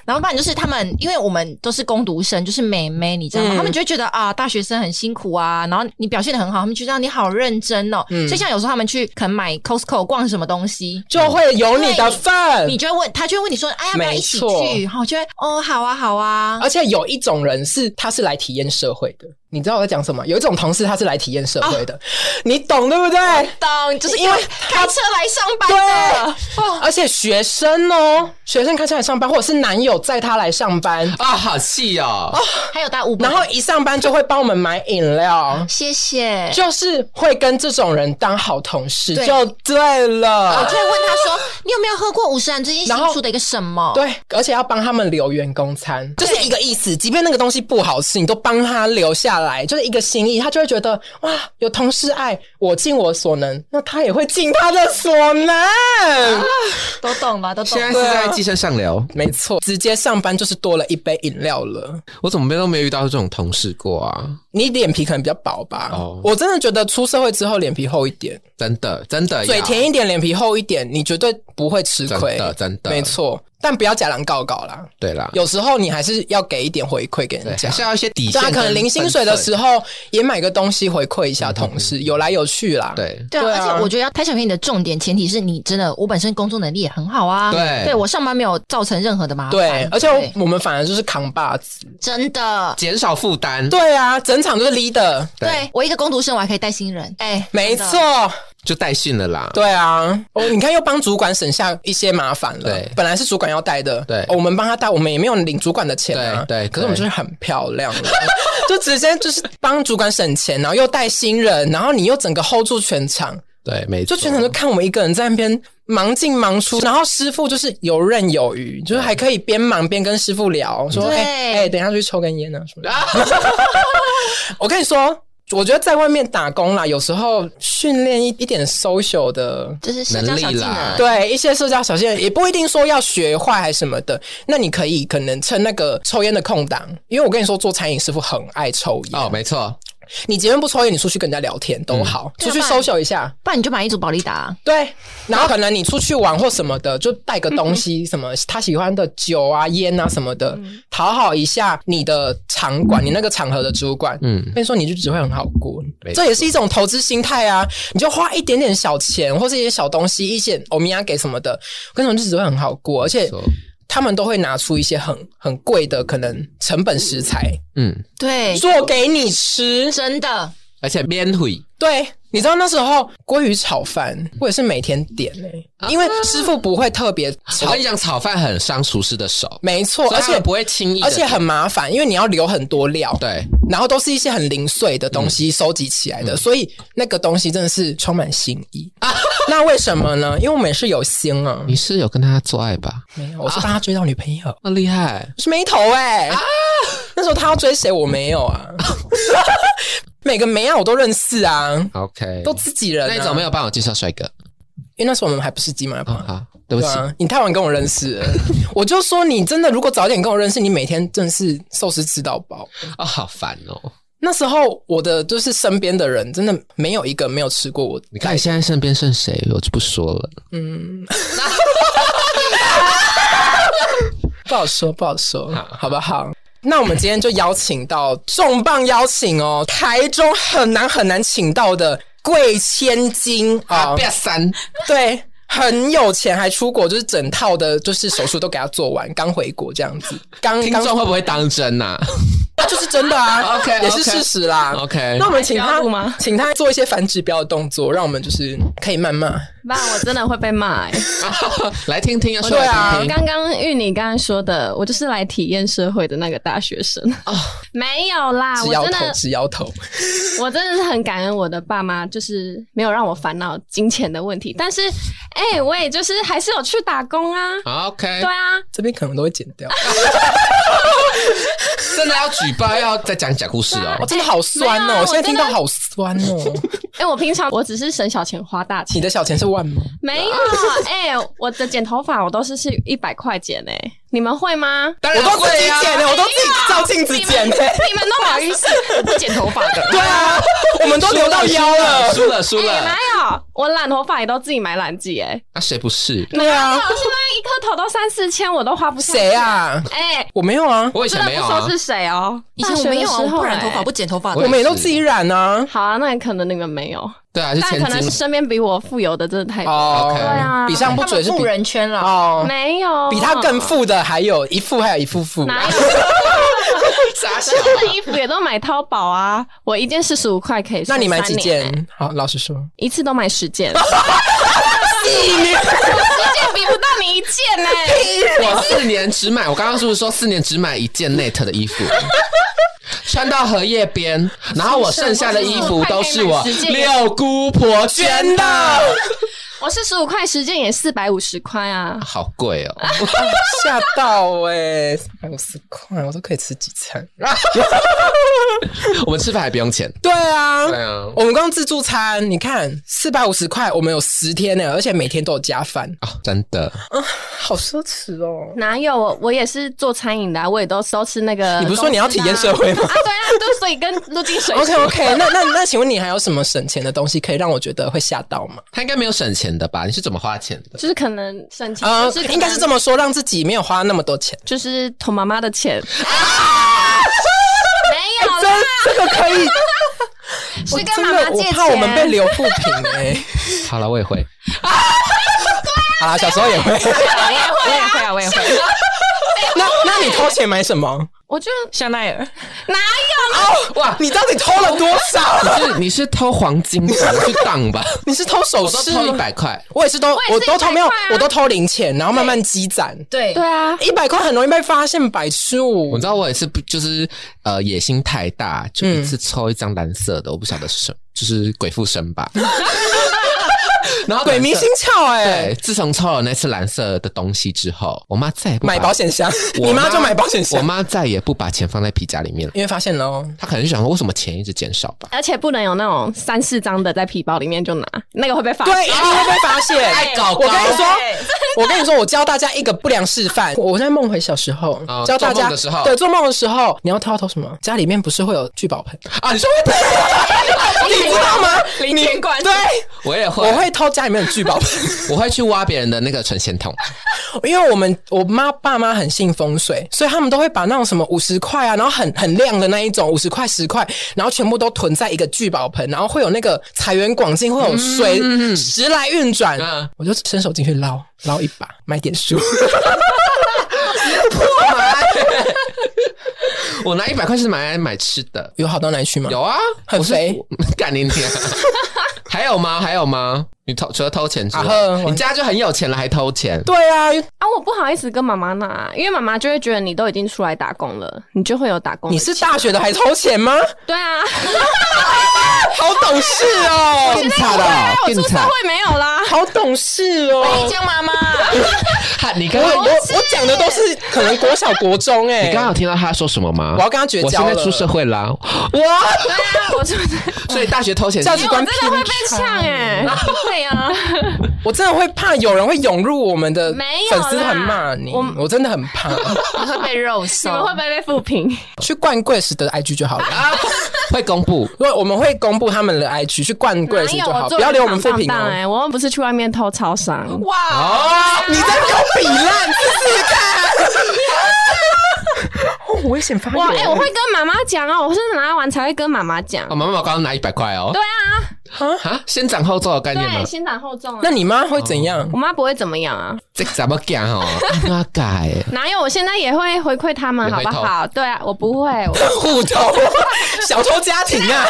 Speaker 3: 然后不然就是他们，因为我们都是攻读生，就是美眉，你知道吗？
Speaker 2: 嗯
Speaker 3: 他们就会觉得啊，大学生很辛苦啊，然后你表现的很好，他们就觉得你好认真哦。所以像有时候他们去可能买 Costco 逛什么东西。
Speaker 2: 嗯就会有你的份
Speaker 3: 你。就会问他，就会问你说：“哎，要不要一起
Speaker 2: 没错哦
Speaker 3: 去？”然后我就会哦，好啊，好啊。
Speaker 2: 而且有一种人是他是来体验社会的，你知道我在讲什么？有一种同事他是来体验社会的，你懂对不对？
Speaker 3: 懂，啊就是
Speaker 2: 因为
Speaker 3: 开车来上班的。哦，
Speaker 2: 而且学生哦，学生开车来上班，或者是男友有载他来上班，
Speaker 1: 啊、好气哦！
Speaker 3: 还有带五百
Speaker 2: 然，后一上班就会帮我们买饮料，
Speaker 3: 谢谢。
Speaker 2: 就是会跟这种人当好同事
Speaker 3: 对
Speaker 2: 就对
Speaker 3: 我
Speaker 2: 了
Speaker 3: 就。会问他说：“你有没有喝过五十岚最近新
Speaker 2: 然后
Speaker 3: 出的一个什么？”
Speaker 2: 对，而且要帮他们留员工餐，就是一个意思。即便那个东西不好吃，你都帮他留下来，就是一个心意，他就会觉得哇，有同事爱我，尽我所能，那他也会尽他的所能。
Speaker 3: 都懂吧？都懂
Speaker 1: 现。在是在
Speaker 2: 啊
Speaker 1: 寄生上流，
Speaker 2: 没错，直接上班就是多了一杯饮料了。
Speaker 1: 我怎么都没有遇到这种同事过啊！
Speaker 2: 你脸皮可能比较薄吧？
Speaker 1: 哦
Speaker 2: 我真的觉得出社会之后脸皮厚一点，
Speaker 1: 真的，真的要，
Speaker 2: 嘴甜一点，脸皮厚一点，你绝对不会吃
Speaker 1: 哎真
Speaker 2: 亏。
Speaker 1: 的，真的，
Speaker 2: 没。错，但不要假狼告告啦。
Speaker 1: 对啦，
Speaker 2: 有时候你还是要给一点回馈给
Speaker 1: 对
Speaker 2: 人，家
Speaker 1: 还。是要一些底
Speaker 2: 对
Speaker 1: 线
Speaker 2: 啊，
Speaker 1: 跟分寸。
Speaker 2: 可能零薪水的时候也买个东西回馈一下同事，有来有去啦。，
Speaker 1: 嗯对，
Speaker 3: 对啊，
Speaker 2: 对啊
Speaker 3: 而且我觉得要拍小片的重点前提是你真的，我本身工作能力也很好啊。
Speaker 1: 对
Speaker 3: 我上班没有造成任何的麻烦。
Speaker 2: 对，而且
Speaker 3: 对
Speaker 2: 我们反而就是扛把子。
Speaker 3: 真的，
Speaker 1: 减少负担，
Speaker 2: 对啊，整场就是 leader，
Speaker 1: 对
Speaker 3: 对我一个工读生，我还可以带新人。哎，
Speaker 2: 没
Speaker 3: 真
Speaker 2: 错
Speaker 3: 的。，
Speaker 1: 就带训了啦。
Speaker 2: 对啊。哦，你看又帮主管省下一些麻烦了。
Speaker 1: 对
Speaker 2: 本来是主管要带的，
Speaker 1: 对
Speaker 2: 哦我们帮他带，我们也没有领主管的钱啊。
Speaker 1: 对对
Speaker 2: 可是我们
Speaker 1: 对
Speaker 2: 就是很漂亮了。 [laughs] 就直接就是帮主管省钱，然后又带新人，然后你又整个 hold 住全场，
Speaker 1: 对，没
Speaker 2: 就
Speaker 1: 错，
Speaker 2: 全程都看我们一个人在那边忙进忙出，然后师傅就是游刃有余，就是还可以边忙边跟师傅聊，说哎
Speaker 3: 对
Speaker 2: 哎、等一下去抽根烟啊什么的。
Speaker 3: [laughs]
Speaker 2: 我跟你说，我觉得在外面打工啦，有时候训练一一点 social 的。
Speaker 3: 就是社交小技
Speaker 1: 能力啦
Speaker 3: 能。
Speaker 2: 对一些社交小技能，也不一定说要学坏还是什么的。那你可以可能趁那个抽烟的空档，因为我跟你说，做餐饮师傅很爱抽烟。
Speaker 1: 哦，没错，
Speaker 2: 你即便不抽烟，你出去跟人家聊天都好，出去
Speaker 3: 对啊不然
Speaker 2: social 一下。
Speaker 3: 不然你就买一组保利达。啊
Speaker 2: 对，然后可嗯能你出去玩或什么的，就带个东西，什么他喜欢的酒啊、烟啊什么的，讨好一下你的场馆，你那个场合的主管。嗯，
Speaker 1: 嗯，
Speaker 2: 跟你说，你就只会很好过
Speaker 1: 没，错
Speaker 2: 这也是一种投资心态啊！你就花一点点小钱，或是一些小东西，一些欧米茄给什么的，跟你说就只会很好过，而且
Speaker 1: 错
Speaker 2: 他们都会拿出一些很很贵的可能成本食材
Speaker 1: 嗯，
Speaker 3: 对，
Speaker 2: 做给你吃，
Speaker 3: 真的。
Speaker 1: 而且免费，
Speaker 2: 对，你知道那时候鲑鱼炒饭，我也是每天点嘞、
Speaker 1: 啊
Speaker 2: 因为师傅不会特别
Speaker 1: 我
Speaker 2: 炒
Speaker 1: 跟你，讲，炒饭很伤厨师的手，
Speaker 2: 没错，
Speaker 1: 所以
Speaker 2: 而
Speaker 1: 他们
Speaker 2: 且
Speaker 1: 不会轻易地，
Speaker 2: 而且很麻烦，因为你要留很多料，
Speaker 1: 对，
Speaker 2: 然后都是一些很零碎的东西收集起来
Speaker 1: 嗯
Speaker 2: 的，所以那个东西真的是充满心意。
Speaker 1: 啊
Speaker 2: 那为什么呢？因为我们也是有心啊，
Speaker 1: 你是有跟他做爱吧？
Speaker 2: 没有，我是帮他追到女朋友，
Speaker 1: 那厉害，
Speaker 2: 我是没头哎、
Speaker 1: 啊
Speaker 2: 那时候他要追谁，我没有
Speaker 1: [laughs]
Speaker 2: 啊。每个梅啊，我都认识啊，
Speaker 1: OK，
Speaker 2: 都自己人、啊。
Speaker 1: 那你怎么没有帮我介绍帅哥？
Speaker 2: 因为那时候我们还不是鸡嘛，
Speaker 1: 啊，好，对不
Speaker 2: 对
Speaker 1: 起，
Speaker 2: 啊，你太晚跟我认识了，我就说你真的如果早点跟我认识，你每天真的是寿司吃到饱。
Speaker 1: 哦，好烦哦。
Speaker 2: 那时候我的就是身边的人，真的没有一个没有吃过我。
Speaker 1: 你看你现在身边剩谁，我就不说了。
Speaker 2: 不好说，不好说，好不好？那我们今天就邀请到重磅邀请哦，台中很难很难请到的贵千金啊，
Speaker 1: 啊，不要删，
Speaker 2: 对，很有钱，还出国，就是整套的，就是手术都给他做完，刚回国这样子，刚
Speaker 1: 听
Speaker 2: 哎刚
Speaker 1: 众会不会当真啊呐
Speaker 2: 那就是真的
Speaker 1: [laughs]
Speaker 2: 啊
Speaker 1: OK，
Speaker 2: 也是
Speaker 1: OK
Speaker 2: 事实啦。
Speaker 1: ？OK，
Speaker 2: 那我们请
Speaker 4: 还需
Speaker 2: 他
Speaker 4: 要录吗
Speaker 2: 请他做一些反指标的动作，让我们就是可以谩骂。
Speaker 4: [laughs] 不然我真的会被 [laughs] 骂、欸。
Speaker 1: 来听听，说
Speaker 2: 对啊
Speaker 1: 来听听。
Speaker 4: 刚刚玉你刚刚说的，我就是来体验社会的那个大学生哦，没有啦，
Speaker 2: 直
Speaker 4: 我
Speaker 2: 摇
Speaker 4: 真
Speaker 2: 头，
Speaker 4: 的
Speaker 2: 直摇头。 [laughs]
Speaker 4: 我真的是很感恩我的爸妈，就是没有让我烦恼金钱的问题。但是，哎、我也就是还是有去打工啊，
Speaker 1: 好 OK，
Speaker 4: 对啊，
Speaker 2: 这边可能都会剪
Speaker 4: [laughs]
Speaker 2: 掉。
Speaker 1: 真的要举报，要再讲讲故事
Speaker 2: 我
Speaker 1: 哦。
Speaker 2: 真的好酸
Speaker 4: 没有
Speaker 2: 哦！
Speaker 4: 啊
Speaker 2: 我现在听到
Speaker 4: 我真的
Speaker 2: 好酸
Speaker 4: [laughs]
Speaker 2: 哦。
Speaker 4: 哎、我平常我只是省小钱花大
Speaker 2: 你
Speaker 4: [laughs] 钱，
Speaker 2: 的小钱是万吗？
Speaker 4: 没有，哎、我的剪头发我都是是一百块剪哎、你们会吗？
Speaker 1: 当
Speaker 2: 我
Speaker 1: 然
Speaker 2: 都自己
Speaker 1: 会啊
Speaker 2: 剪的，我都自己照镜子剪的。[laughs]
Speaker 4: [laughs] 你们都不好意思，我不剪头发的。
Speaker 2: 对啊，我们都留到腰了。
Speaker 1: 输了输
Speaker 4: 哎、哪
Speaker 1: 了，
Speaker 4: 有？我染头发也都自己买染剂哎、
Speaker 1: 那谁不是？
Speaker 2: 对啊，
Speaker 4: 现在一颗头都三四千，我都花不下。
Speaker 2: 谁？啊？
Speaker 4: 哎、
Speaker 2: 我没有啊，
Speaker 1: 我以
Speaker 4: 真
Speaker 1: 前
Speaker 4: 的
Speaker 1: 没
Speaker 4: 不
Speaker 1: 有
Speaker 4: 说
Speaker 1: 啊，
Speaker 4: 是谁哦。
Speaker 3: 以前我没有
Speaker 4: 大
Speaker 3: 啊，
Speaker 4: 学
Speaker 3: 我
Speaker 4: 的时候
Speaker 3: 不染头
Speaker 4: 哎
Speaker 3: 发，不剪头发
Speaker 1: 我
Speaker 2: 我
Speaker 3: 的。
Speaker 2: 们也都自己染啊。
Speaker 4: 好啊，那可能你们没有，
Speaker 1: 对啊，是
Speaker 4: 但
Speaker 1: 千
Speaker 4: 可能
Speaker 1: 金
Speaker 4: 是身边比我富有的真的太多。
Speaker 2: 哦，
Speaker 1: OK
Speaker 4: 对啊，
Speaker 2: 比上不
Speaker 3: 他
Speaker 2: 嘴
Speaker 3: 们
Speaker 2: 是比
Speaker 3: 富人圈啦，
Speaker 2: 哦，
Speaker 4: 没有，啊
Speaker 2: 比他更富的还有一副，还有一副副。
Speaker 4: [laughs] 哪有？
Speaker 1: 傻笑。
Speaker 4: 真的衣服也都买淘宝啊，我一件四十五块可以。
Speaker 2: 那你买几
Speaker 4: 三年欸？ [laughs]
Speaker 2: 件？好，老实说，
Speaker 4: 一次都买十件，
Speaker 2: 一年
Speaker 3: 十件
Speaker 4: 比不到你一件呢、哎 [laughs]
Speaker 1: 我四年只买，我刚刚是不是说四年只买一件 Net 的衣服？穿到荷叶边，然后我剩下的衣服都是我六姑婆捐的，
Speaker 2: 哦
Speaker 4: 我是十五块十件也四百五十块啊，
Speaker 1: 好贵哦！
Speaker 2: 吓到哎、欸，五十块我都可以吃几餐。
Speaker 1: 我们吃饭还不用钱，
Speaker 2: 对啊，
Speaker 1: 对啊
Speaker 2: 我们光自助餐，你看四百五十块，我们有十天呢、而且每天都有加饭，
Speaker 1: 哦、真的。
Speaker 2: 好奢侈哦。
Speaker 4: 哪有我我也是做餐饮的啊、我也都都吃那个。
Speaker 2: 你不是说你要体验社会吗
Speaker 4: 啊？对啊，对，所以跟陆金水
Speaker 2: OK OK，那那那，请问你还有什么省钱的东西可以让我觉得会吓到吗？
Speaker 1: 他应该没有省钱的吧？你是怎么花钱的？
Speaker 4: 就是可能省钱，
Speaker 2: 呃
Speaker 4: 就是，
Speaker 2: 应该是这
Speaker 4: 么，
Speaker 2: 么说，让自己没有花那么多钱。
Speaker 4: 就是投妈妈的钱，
Speaker 3: 没有
Speaker 2: 啊真
Speaker 3: 啦，
Speaker 2: 这个可以，
Speaker 3: 是
Speaker 2: 我
Speaker 3: 跟
Speaker 2: 真
Speaker 3: 妈
Speaker 2: 的
Speaker 3: 妈
Speaker 2: 我
Speaker 3: 借
Speaker 2: 怕我们被
Speaker 3: 钱。
Speaker 2: 留不平哎、
Speaker 1: 好了，我也会。
Speaker 2: 好啦，小时候也会。 [laughs]
Speaker 3: 我也会，我也会啊，我也会。
Speaker 2: 那那你偷钱买什么？
Speaker 4: 我就
Speaker 3: 香奈儿，
Speaker 4: 哪
Speaker 1: [laughs]
Speaker 4: 有
Speaker 1: 哇，
Speaker 2: 你到底偷了多少？
Speaker 1: 你是你是偷黄金吧去当吧？
Speaker 2: [laughs] 你是偷首
Speaker 1: 我都
Speaker 2: 饰
Speaker 1: 偷一
Speaker 2: 吗？
Speaker 1: 百块，
Speaker 2: 我也是都，
Speaker 4: 我
Speaker 2: 我
Speaker 4: 也是
Speaker 2: 都偷没有
Speaker 4: 100块啊，
Speaker 2: 我都偷零钱，然后慢慢积攒。
Speaker 4: [laughs]
Speaker 3: 对
Speaker 4: 对啊，
Speaker 2: 一百块很容易被发现，百
Speaker 1: 我
Speaker 2: 数
Speaker 1: 知。道我也是不，就是呃野心太大，就一
Speaker 2: 嗯
Speaker 1: 次抽一张蓝色的，我不晓得是什么，就是鬼附身
Speaker 2: [laughs]
Speaker 1: 吧。然后
Speaker 2: 鬼迷
Speaker 1: 蓝色
Speaker 2: 心窍哎、
Speaker 1: 对，自从抽了那次蓝色的东西之后，我妈再也不把
Speaker 2: 买保，险箱，
Speaker 1: 我
Speaker 2: 你妈就买保险
Speaker 1: 我
Speaker 2: 箱，
Speaker 1: 妈再也不把钱放在皮夹里面了。哦
Speaker 2: 因为发现喽。
Speaker 1: 她可能就想说，为什么钱一直减少吧？
Speaker 4: 而且不能有那种三四张的在皮包里面就拿，那个会被发现。
Speaker 2: 对，一定会被发现。
Speaker 1: [laughs] 搞
Speaker 2: 我跟你说 [laughs]
Speaker 3: 对，
Speaker 2: 我跟你说，我教大家一个不良示范。我我在梦回小时候
Speaker 1: 哦
Speaker 2: 教大
Speaker 1: 做
Speaker 2: 家
Speaker 1: 梦的时候
Speaker 2: 对，做梦的时候你要偷偷什么？家里面不是会有聚宝
Speaker 4: [laughs]
Speaker 2: 盆，
Speaker 1: 啊，你说会被
Speaker 2: 你知道吗？
Speaker 4: 零钱罐
Speaker 2: 对，
Speaker 1: 我也会，
Speaker 2: 我会偷家里面的聚宝盆。
Speaker 1: 我会去挖别人的那个存钱筒，
Speaker 2: 因为我们我妈爸妈很信风水，所以他们都会把那种什么五十块啊，然后很很亮的那一种五十块十块，然后全部都囤在一个聚宝盆，然后会有那个财源广进，会有水时来运转
Speaker 1: 嗯。
Speaker 2: 我就伸手进去捞捞一把，买点 [laughs] 书。
Speaker 1: 我拿一百块是买来买吃的。
Speaker 2: 有好到哪里去吗？
Speaker 1: 有啊，
Speaker 2: 很
Speaker 1: 我是
Speaker 2: 肥，
Speaker 1: [laughs] 干
Speaker 2: [laughs]
Speaker 1: 你娘！还有吗？还有吗？你偷除了偷钱之
Speaker 2: 啊呵
Speaker 1: 外，
Speaker 2: 我
Speaker 1: 你家就很有钱了，还偷钱？
Speaker 2: 对啊，
Speaker 4: 啊，我不好意思跟妈妈拿，因为妈妈就会觉得你都已经出来打工了，你就会有打工的
Speaker 2: 你
Speaker 4: 钱。
Speaker 2: 是大学的还偷钱吗？
Speaker 4: 对啊，
Speaker 2: [laughs] 好懂事哦，
Speaker 1: 更惨了，
Speaker 4: 啊我
Speaker 1: 更
Speaker 4: 出社
Speaker 1: 惨！
Speaker 4: 会没有啦。
Speaker 2: 好懂事哦。
Speaker 3: 江妈妈，
Speaker 1: 哈你
Speaker 2: 我
Speaker 1: 刚刚
Speaker 2: 我我讲的都是可能国小国中哎、
Speaker 1: 你刚刚有听到他说什么吗？
Speaker 2: 我要跟他绝交
Speaker 1: 我现在
Speaker 2: 了
Speaker 1: 出社会啦，
Speaker 2: 哇，
Speaker 4: 对啊，我出社
Speaker 1: 所以大学偷钱
Speaker 2: [laughs]
Speaker 1: 是
Speaker 2: 价值观
Speaker 4: 真的会被
Speaker 2: 偏
Speaker 4: 呛
Speaker 2: 差 [laughs]
Speaker 4: 哎、对啊，
Speaker 2: 我真的会怕有人会涌入我们的
Speaker 4: 没
Speaker 2: 粉
Speaker 4: 有啦
Speaker 2: 丝团骂你，
Speaker 4: 我
Speaker 2: 我真的很怕。 [laughs]
Speaker 3: 你会被肉
Speaker 4: 你
Speaker 3: 搜，
Speaker 4: 们会不会被复评？
Speaker 2: 去冠贵时的 IG 就好了。
Speaker 1: 啊，会公布。
Speaker 2: 因为我们会公布他们的 IG，去冠 [laughs] 贵时
Speaker 4: 哪
Speaker 2: 就
Speaker 4: 有
Speaker 2: 好，
Speaker 4: 我做
Speaker 2: 不要
Speaker 4: 人
Speaker 2: 留我们负
Speaker 4: 坦
Speaker 2: 评
Speaker 4: 荡荡
Speaker 2: 哦。
Speaker 4: 哎，我又不是去外面偷超商。
Speaker 3: 哇，
Speaker 1: 哦，
Speaker 2: 啊你在跟我比烂，试试看。哦，危险发言。
Speaker 4: 我哎、我会跟妈妈讲啊，我是拿完才会跟妈妈讲
Speaker 1: 哦
Speaker 2: 哦
Speaker 1: 我。妈妈刚刚拿一百块哦
Speaker 4: 对，啊，
Speaker 1: 啊，先斩后奏的概念吗
Speaker 4: 对，？先斩后奏啊。
Speaker 2: 那你妈会怎样
Speaker 4: 我？妈不会怎么样啊，
Speaker 1: 这怎么讲
Speaker 2: [laughs]
Speaker 1: 哦？那改
Speaker 4: 哪有？我现在也会回馈他们，
Speaker 1: 也
Speaker 4: 好
Speaker 1: 会
Speaker 4: 不好？对啊，我不会，我
Speaker 2: 互偷， [laughs] 小偷家庭啊，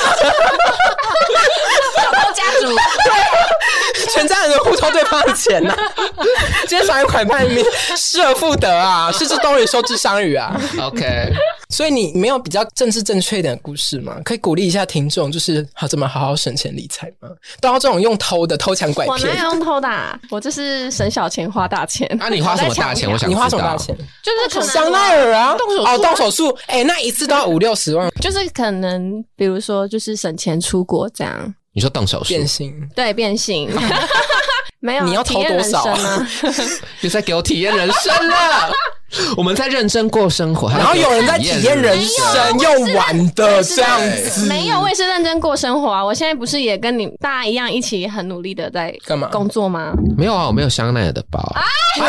Speaker 3: 小偷家
Speaker 2: [laughs]
Speaker 3: 族，
Speaker 2: 全家人都互偷对方的钱呐、啊。 [laughs] 今天少一块半面，失而复得啊，失之东隅，收之桑榆啊。
Speaker 1: ，OK，
Speaker 2: 所以你没有比较政治正确一点的故事吗？可以鼓励一下听众，就是好怎么好好省钱理财吗？都要这种用偷的偷抢拐
Speaker 4: 我哪
Speaker 2: 骗。
Speaker 4: 有用偷的啊？我就是省小钱花大钱。
Speaker 1: 那啊你花什么大钱？我想
Speaker 2: [laughs] 你花什
Speaker 1: 知
Speaker 2: 么
Speaker 1: 道
Speaker 2: 大钱？
Speaker 4: 就是可能
Speaker 2: 香奈儿啊，
Speaker 4: 动手术啊
Speaker 2: 啊哦，动手术，哎、那一次都要五六十万，
Speaker 4: 就是可能，比如说，就是省钱出国这样，
Speaker 1: 你说动手术
Speaker 2: 变，心。
Speaker 4: 对，变性。没有，
Speaker 2: 你要偷
Speaker 4: 体验
Speaker 2: 多
Speaker 4: 人
Speaker 2: 少啊
Speaker 4: 生啊？
Speaker 1: 又在给我体验人生啊了。 [laughs] 我们在认真过生活，还
Speaker 2: 然后有人在体验人生，用玩
Speaker 4: [laughs]
Speaker 2: 的这样子，
Speaker 4: 没有，我也是认真过生活啊！我现在不是也跟你大家一样，一起很努力的在
Speaker 2: 干嘛
Speaker 4: 工作吗？哎、
Speaker 1: 没有啊？我没有香奈儿的包啊，
Speaker 4: 你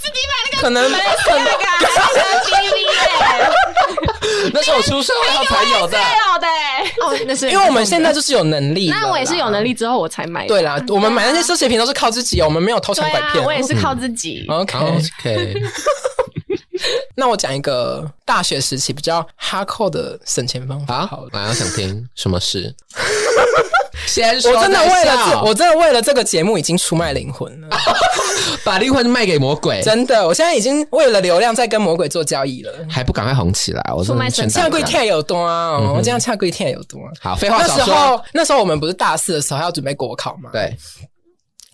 Speaker 4: 自己买
Speaker 2: 可能可能
Speaker 4: 那个 TV 耶，
Speaker 1: 那是我出社会后才有的。
Speaker 4: 没有的欸。
Speaker 3: 哦，那是
Speaker 2: 因为我们现在就是有能力，
Speaker 4: 那我也是有能
Speaker 2: 力。
Speaker 4: 力之后我才买的。
Speaker 2: 对啦，我们买那些奢侈品都是靠自己哦，我们没有偷
Speaker 4: 对
Speaker 2: 抢拐
Speaker 4: 啊，
Speaker 2: 骗。
Speaker 4: 我也是靠自己。
Speaker 2: OK，
Speaker 1: OK，
Speaker 2: 那我讲一个大学时期比较哈扣的省钱方
Speaker 1: 好
Speaker 2: 法好了，。 [laughs]
Speaker 1: 来，我想听什么事？先说
Speaker 2: 我真的为
Speaker 1: 再
Speaker 2: 了这，
Speaker 1: 笑
Speaker 2: 我真的为了这个节目已经出卖灵魂了，
Speaker 1: 把灵魂卖给魔鬼，
Speaker 2: 真的，我现在已经为了流量在跟魔鬼做交易了。嗯
Speaker 1: 还不赶快红起来！我真
Speaker 4: 出卖
Speaker 1: 的
Speaker 4: 神
Speaker 1: 劝
Speaker 2: 下
Speaker 1: 大
Speaker 2: 跪
Speaker 1: 家。
Speaker 2: 天有多啊！我这样下跪天有多啊！
Speaker 1: 好，废话
Speaker 2: 那
Speaker 1: 少
Speaker 2: 时
Speaker 1: 说。
Speaker 2: 候，那时候我们不是大四的时候要准备国考嘛？。
Speaker 1: 对，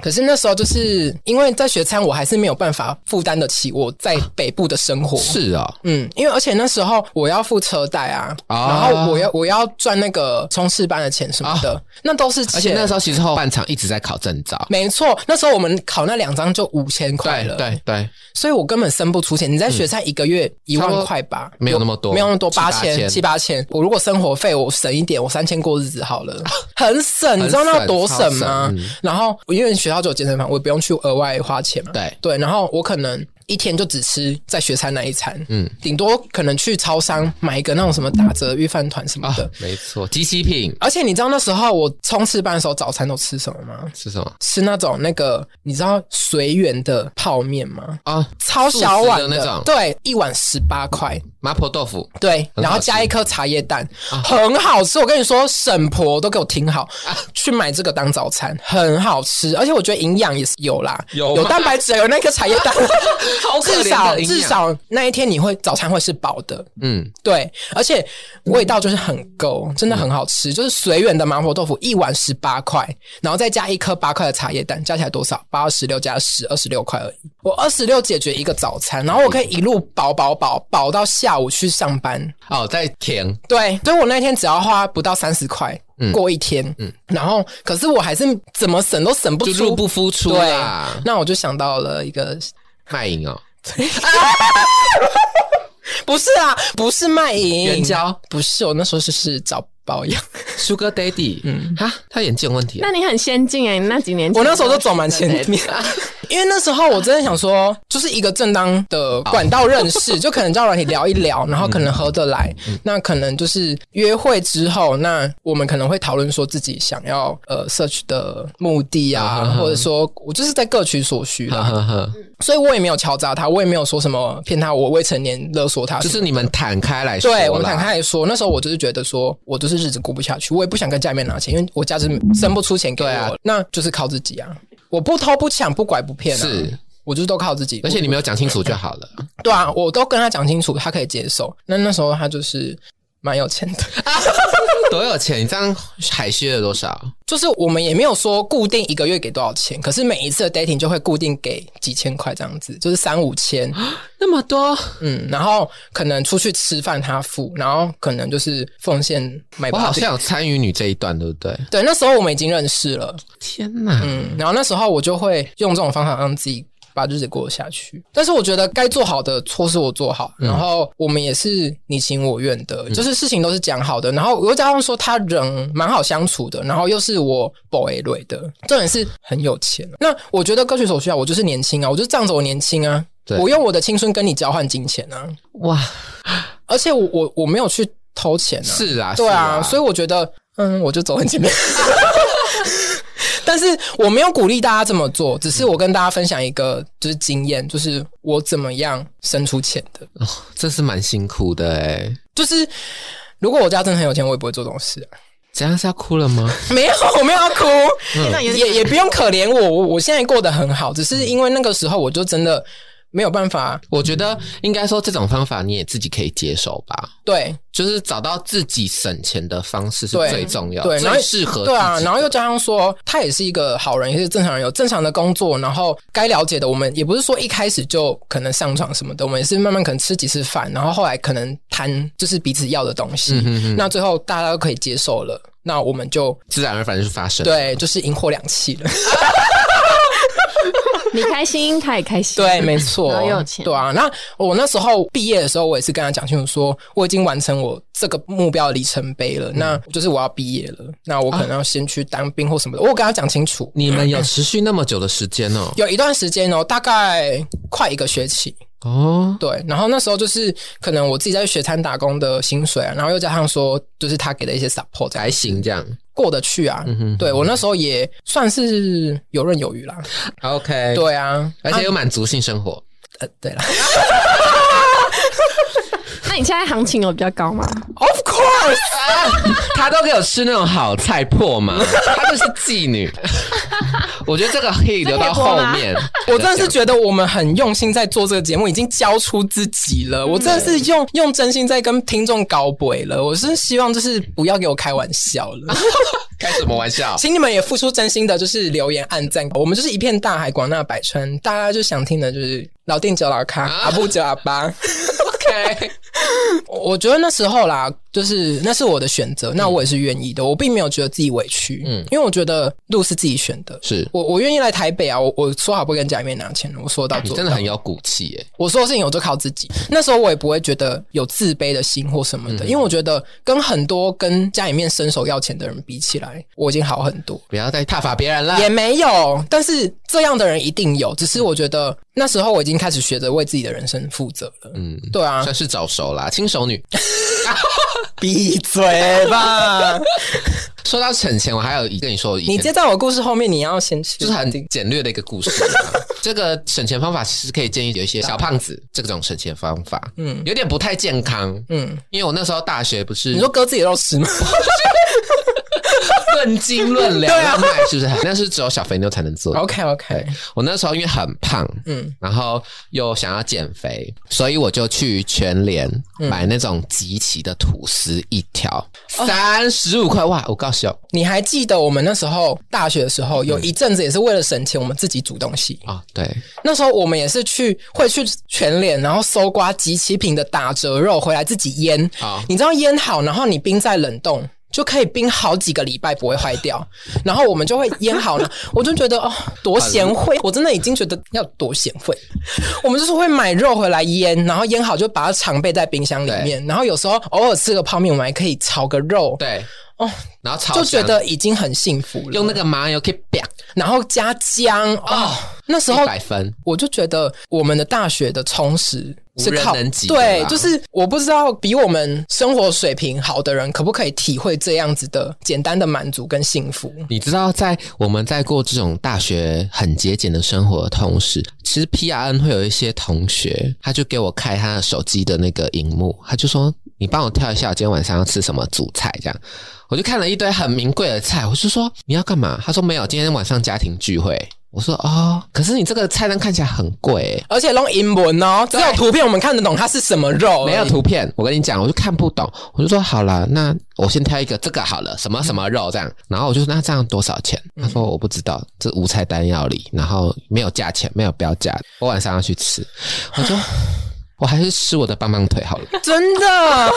Speaker 2: 可是那时候就是因为在学餐，我还是没有办法负担得起我在北部的生活。
Speaker 1: 是哦，
Speaker 2: 嗯，因为而且那时候我要付车贷啊，
Speaker 1: 啊
Speaker 2: 然后我要我要赚那个冲刺班的钱什么的，啊那都是钱。
Speaker 1: 而且那时候其实后半场一直在考证照。
Speaker 2: 没错，那时候我们考那两张就五千块
Speaker 1: 对
Speaker 2: 了，，
Speaker 1: 对对，
Speaker 2: 所以我根本生不出钱。你在学餐一个月一
Speaker 1: 差不
Speaker 2: 万
Speaker 1: 多
Speaker 2: 块吧，
Speaker 1: 没有那么多
Speaker 2: 没有那么多，
Speaker 1: 七八
Speaker 2: 八千
Speaker 1: 千
Speaker 2: 七八千。我如果生活费我省一点，我三千过日子好
Speaker 1: [laughs]
Speaker 2: 了，很省，你知道那多省吗？
Speaker 1: 很省超省嗯
Speaker 2: 然后我因为学校就有健身房，我也不用去额外花钱嘛。
Speaker 1: 对
Speaker 2: 对，然后我可能。一天就只吃在学餐那一餐，嗯
Speaker 1: 嗯，
Speaker 2: 顶多可能去超商买一个那种什么打折预饭团什么
Speaker 1: 啊
Speaker 2: 的。，
Speaker 1: 没错，即期品
Speaker 2: 而且你知道那时候我冲刺班的时候早餐都吃什么吗？
Speaker 1: 是什么
Speaker 2: 吃那种那个你知道随缘的泡面吗？
Speaker 1: 啊？
Speaker 2: 超小碗
Speaker 1: 素食的那种
Speaker 2: 对，一碗十八块，
Speaker 1: 麻婆豆腐，
Speaker 2: 对，
Speaker 1: 很好吃啊
Speaker 2: 然后加一颗茶叶蛋，很好吃。我跟你说，沈婆都给我听好，去买这个当早餐，很好吃，而且我觉得营养也是有啦，
Speaker 1: 有吗
Speaker 2: 有蛋白质，有那颗茶叶
Speaker 1: [laughs]
Speaker 2: 蛋，
Speaker 1: 好可怜
Speaker 2: 至少
Speaker 1: 的营养
Speaker 2: 至少那一天你会早餐会是饱的，
Speaker 1: 嗯，
Speaker 2: 对，而且味道就是很够，真的很好吃。就是随缘的麻婆豆腐一碗十八块，然后再加一颗八块的茶叶蛋，加起来多少？八二十六加十，二十六块而已。我二十六解决一个早餐，然后我可以一路饱饱饱饱到下午去上班。
Speaker 1: 哦，在甜，
Speaker 2: 对，所以我那天只要花不到三十块。过一天，嗯，然后可是我还是怎么省都省不
Speaker 1: 就
Speaker 2: 出，
Speaker 1: 入不敷出
Speaker 2: 对
Speaker 1: 啦，，
Speaker 2: 那我就想到了一个
Speaker 1: 卖淫哦，
Speaker 2: 不是啊，不是卖淫，
Speaker 1: 援交
Speaker 2: 不是，我那时候是是找保养，
Speaker 1: ，Sugar Daddy，嗯，哈，他眼睛有问题啊
Speaker 4: 那，你很先进哎、你那几年
Speaker 2: 我那时候就走蛮前面， [laughs] 因为那时候我真的想说，就是一个正当的管道认
Speaker 1: [laughs]
Speaker 2: 识，就可能叫软体聊一聊，然后可能合得来，
Speaker 1: 嗯
Speaker 2: 那可能就是约会之后，那我们可能会讨论说自己想要呃 search 的目的
Speaker 1: 嗯
Speaker 2: 啊
Speaker 1: 哼，哼
Speaker 2: 或者说我就是在各取所需
Speaker 1: 呵
Speaker 2: 啦，
Speaker 1: 呵呵，
Speaker 2: 所以我也没有敲诈他，我也没有说什么骗他，我未成年勒索他
Speaker 1: 就
Speaker 2: 什么的，
Speaker 1: 是你们坦开来说啦，
Speaker 2: 对我们坦开来说，那时候我就是觉得说，我就是日子过不下去，我也不想跟家里面拿钱，因为我家是生不出钱给我，
Speaker 1: 对啊
Speaker 2: 那就是靠自己啊，我不偷不抢不拐不骗、啊，
Speaker 1: 是。
Speaker 2: 我就是都靠自己，
Speaker 1: 而且你
Speaker 2: 们
Speaker 1: 没有讲清楚就好
Speaker 2: [laughs]
Speaker 1: 了。
Speaker 2: 对啊，我都跟他讲清楚，他可以接受。那那时候他就是蛮有钱的， [laughs]
Speaker 1: 多有钱？你这样海削了多少？
Speaker 2: 就是我们也没有说固定一个月给多少钱，可是每一次的 dating 就会固定给几千块这样子，就是三五千，
Speaker 1: 那么多？
Speaker 2: 嗯，然后可能出去吃饭他付，然后可能就是奉献买
Speaker 1: 哎我
Speaker 2: 保
Speaker 1: 好
Speaker 2: 险。
Speaker 1: 像有参与你这一段，对不对？
Speaker 2: 对，那时候我们已经认识了。
Speaker 1: 天哪！
Speaker 2: 嗯，然后那时候我就会用这种方法让自己把日子过下去。但是我觉得该做好的措施我做好，然后我们也是你情我愿的，就是事情都是讲好的。然后我又加上说他人蛮好相处的，然后又是我 boy 类的，重点是很有钱。那我觉得各取所需啊，我就是年轻啊，我就仗着我年轻啊，
Speaker 1: 对
Speaker 2: 我用我的青春跟你交换金钱啊，
Speaker 1: 哇，
Speaker 2: 而且我我我没有去偷钱啊，
Speaker 1: 是啊，
Speaker 2: [laughs] 对啊，
Speaker 1: 是
Speaker 2: 所以我觉得，嗯，我就走很前面。 [laughs] 但是我没有鼓励大家这么做，只是我跟大家分享一个就是经验，就是我怎么样生出钱的。
Speaker 1: 这是蛮辛苦的哎。
Speaker 2: 就是如果我家真的很有钱，我也不会做这种事、啊。 [laughs]
Speaker 1: 怎样是要哭了吗？
Speaker 2: 没有，我没有要哭，
Speaker 3: 那有
Speaker 2: 也也不用可怜我，我我现在过得很好，只是因为那个时候我就真的没有办法。
Speaker 1: 我觉得应该说这种方法你也自己可以接受吧，
Speaker 2: 对
Speaker 1: 就是找到自己省钱的方式是
Speaker 2: 对
Speaker 1: 最重要、
Speaker 2: 对，然后
Speaker 1: 最适合
Speaker 2: 对啊，
Speaker 1: 自己的
Speaker 2: 然后又加上说他也是一个好人，也是正常人，有正常的工作，然后该了解的我们也不是说一开始就可能上床什么的，我们也是慢慢可能吃几次饭，然后后来可能谈就是彼此要的东西，
Speaker 1: 嗯哼哼
Speaker 2: 那最后大家都可以接受了，那我们就
Speaker 1: 自然而然就发生。，
Speaker 2: 对，就是赢货两气
Speaker 1: [laughs]
Speaker 2: 了。
Speaker 4: 你开心，他也开心，
Speaker 2: 对，没错，
Speaker 4: 然后又有钱
Speaker 2: 对啊，那我那时候毕业的时候，我也是跟他讲清楚说，我已经完成我这个目标的里程碑了，那就是我要毕业了，那我可能要先去当兵或什么的，我有跟他讲清楚。
Speaker 1: 你们有持续那么久的时间哦。
Speaker 2: 有一段时间哦，大概快一个学期。
Speaker 1: 哦，
Speaker 2: 对，然后那时候就是可能我自己在学餐打工的薪水啊，然后又加上说就是他给的一些 support，
Speaker 1: 还
Speaker 2: 才
Speaker 1: 行这样。
Speaker 2: 过得去啊。
Speaker 1: 哦嗯哼
Speaker 2: 对我那时候也算是游刃有余啦。
Speaker 1: OK，，
Speaker 2: 对啊，
Speaker 1: 而且又满足性生活。
Speaker 2: 呃，对啦，
Speaker 4: 那你现在行情有比较高吗？
Speaker 2: Of
Speaker 1: [laughs]
Speaker 2: course，
Speaker 1: 她都给我吃那种好菜破嘛，她就是妓女。我觉得这个可以留到后面。
Speaker 2: 我真的是觉得我们很用心在做这个节目，已经交出自己
Speaker 1: 嗯
Speaker 2: 了。我真的是用用真心在跟听众搞鬼了。我是希望就是不要给我开玩笑了，
Speaker 1: 开什么玩
Speaker 2: [laughs]
Speaker 1: 笑？
Speaker 2: 请你们也付出真心的，就是留言、按赞。我们就是一片大海，广纳百川，大家就想听的就是老定九老咖，
Speaker 1: 啊
Speaker 2: 阿布九阿八。
Speaker 1: OK，
Speaker 2: 我觉得那时候啦，就是那是我的选择，那我也是愿意的，我并没有觉得自己委屈，
Speaker 1: 嗯
Speaker 2: 嗯，因为我觉得路是自己选的，
Speaker 1: 是
Speaker 2: 我我愿意来台北啊，我我说好不跟家里面拿钱，我说到
Speaker 1: 你
Speaker 2: 做到，
Speaker 1: 真的很有骨气耶。
Speaker 2: 我所有事情我就靠自己。那时候我也不会觉得有自卑的心或什么
Speaker 1: 嗯
Speaker 2: 的，因为我觉得跟很多跟家里面伸手要钱的人比起来，我已经好很多。
Speaker 1: 不要再挞伐别人 [laughs] 了。
Speaker 2: 也没有，但是这样的人一定有。只是我觉得那时候我已经开始学着为自己的人生负责了。
Speaker 1: 嗯，
Speaker 2: 对啊，
Speaker 1: 算是早熟啦，轻熟女。
Speaker 2: [laughs] 闭嘴吧！
Speaker 1: [laughs] 说到省钱，我还有一跟你说，
Speaker 2: 你接在我故事后面，你要先去。
Speaker 1: 就是很简略的一个故事啊、 [laughs] 这个省钱方法其实可以建议有一些小胖子这种省钱方法，嗯
Speaker 2: 嗯，
Speaker 1: 有点不太健康。
Speaker 2: 嗯，
Speaker 1: 因为我那时候大学不是
Speaker 2: 你说割自己的
Speaker 1: [laughs]
Speaker 2: 肉吃吗？
Speaker 1: 论斤论 [laughs] 两要卖，是不是？啊哦那是只有小肥妞才能做的。
Speaker 2: OK OK，
Speaker 1: 我那时候因为很胖，
Speaker 2: 嗯
Speaker 1: 然后又想要减肥，所以我就去全联买那种集齐的吐司一条，三十五块哇！我告诉你
Speaker 2: 你还记得我们那时候大学的时候，
Speaker 1: 嗯
Speaker 2: 有一阵子也是为了省钱，我们自己煮东西。
Speaker 1: 哦，对，
Speaker 2: 那时候我们也是去会去全联，然后搜刮集齐品的打折肉回来自己腌。
Speaker 1: 好
Speaker 2: 你知道腌好，然后你冰在冷冻。就可以冰好几个礼拜不会坏掉，然后我们就会腌好
Speaker 1: [laughs]
Speaker 2: 呢。我就觉得哦，多贤惠！我真的已经觉得要多贤惠。我们就是会买肉回来腌，然后腌好就把它常备在冰箱里面。然后有时候偶尔吃个泡面，我们还可以炒个肉，
Speaker 1: 对
Speaker 2: 哦，
Speaker 1: 然后炒
Speaker 2: 就觉
Speaker 1: 香
Speaker 2: 得已经很幸福了。
Speaker 1: 用那个麻油可以啪
Speaker 2: 然后加姜哦，那时候
Speaker 1: 一百分，
Speaker 2: 我就觉得我们的大学的充实是靠
Speaker 1: 无人能及的啦
Speaker 2: 对，就是我不知道比我们生活水平好的人可不可以体会这样子的简单的满足跟幸福。
Speaker 1: 你知道，在我们在过这种大学很节俭的生活的同时，其实 P R N 会有一些同学，他就给我看他的手机的那个荧幕，他就说：“你帮我跳一下，我今天晚上要吃什么主菜？”这样，我就看了一堆很名贵的菜，我就说：“你要干嘛？”他说：“没有，今天晚上家庭聚会。”我说：“哦，可是你这个菜单看起来很贵、欸。”
Speaker 2: 而且弄英文哦，只有图片我们看得懂它是什
Speaker 1: [laughs]
Speaker 2: 么肉，
Speaker 1: 没有。图片，我跟你讲，我就看不懂，我就说好了，那我先挑一个这个好了，什么什么肉这样，然后我就说那这样多少钱？
Speaker 2: 嗯
Speaker 1: 他说我不知道，这无菜单要理，然后没有价钱，没有标价，我晚上要去吃，我
Speaker 2: [sighs]
Speaker 1: 说我还是吃我的棒棒腿好
Speaker 2: [laughs]
Speaker 1: 了，
Speaker 2: 真的，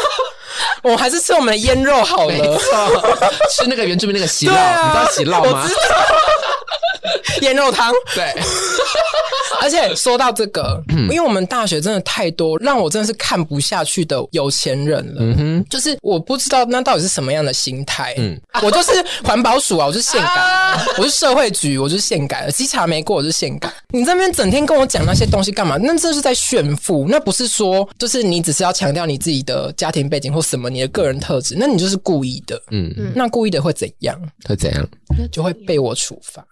Speaker 2: 我还是吃我们的腌肉好
Speaker 1: 没
Speaker 2: 了
Speaker 1: 错。，吃那个原住民那个喜酪，
Speaker 2: 对啊
Speaker 1: 你知道喜酪吗
Speaker 2: 我知？腌肉汤，
Speaker 1: 对，
Speaker 2: [laughs] 而且说到这个，
Speaker 1: 嗯
Speaker 2: 因为我们大学真的太多，让我真的是看不下去的有钱人了。
Speaker 1: 嗯哼，
Speaker 2: 就是我不知道那到底是什么样的心态。
Speaker 1: 嗯
Speaker 2: 嗯，我就是环保署啊，我就是宪改啊、我是社会局，我就是宪改了，稽查没过我就是宪改。你这边整天跟我讲那些东西干嘛？那这是在炫富，那不是说就是你只是要强调你自己的家庭背景或什么你的个人特质，那你就是故意的。
Speaker 1: 嗯，
Speaker 2: 那故意的会怎样？
Speaker 1: 会怎样？
Speaker 2: 就会被我处
Speaker 1: [laughs]
Speaker 2: 罚。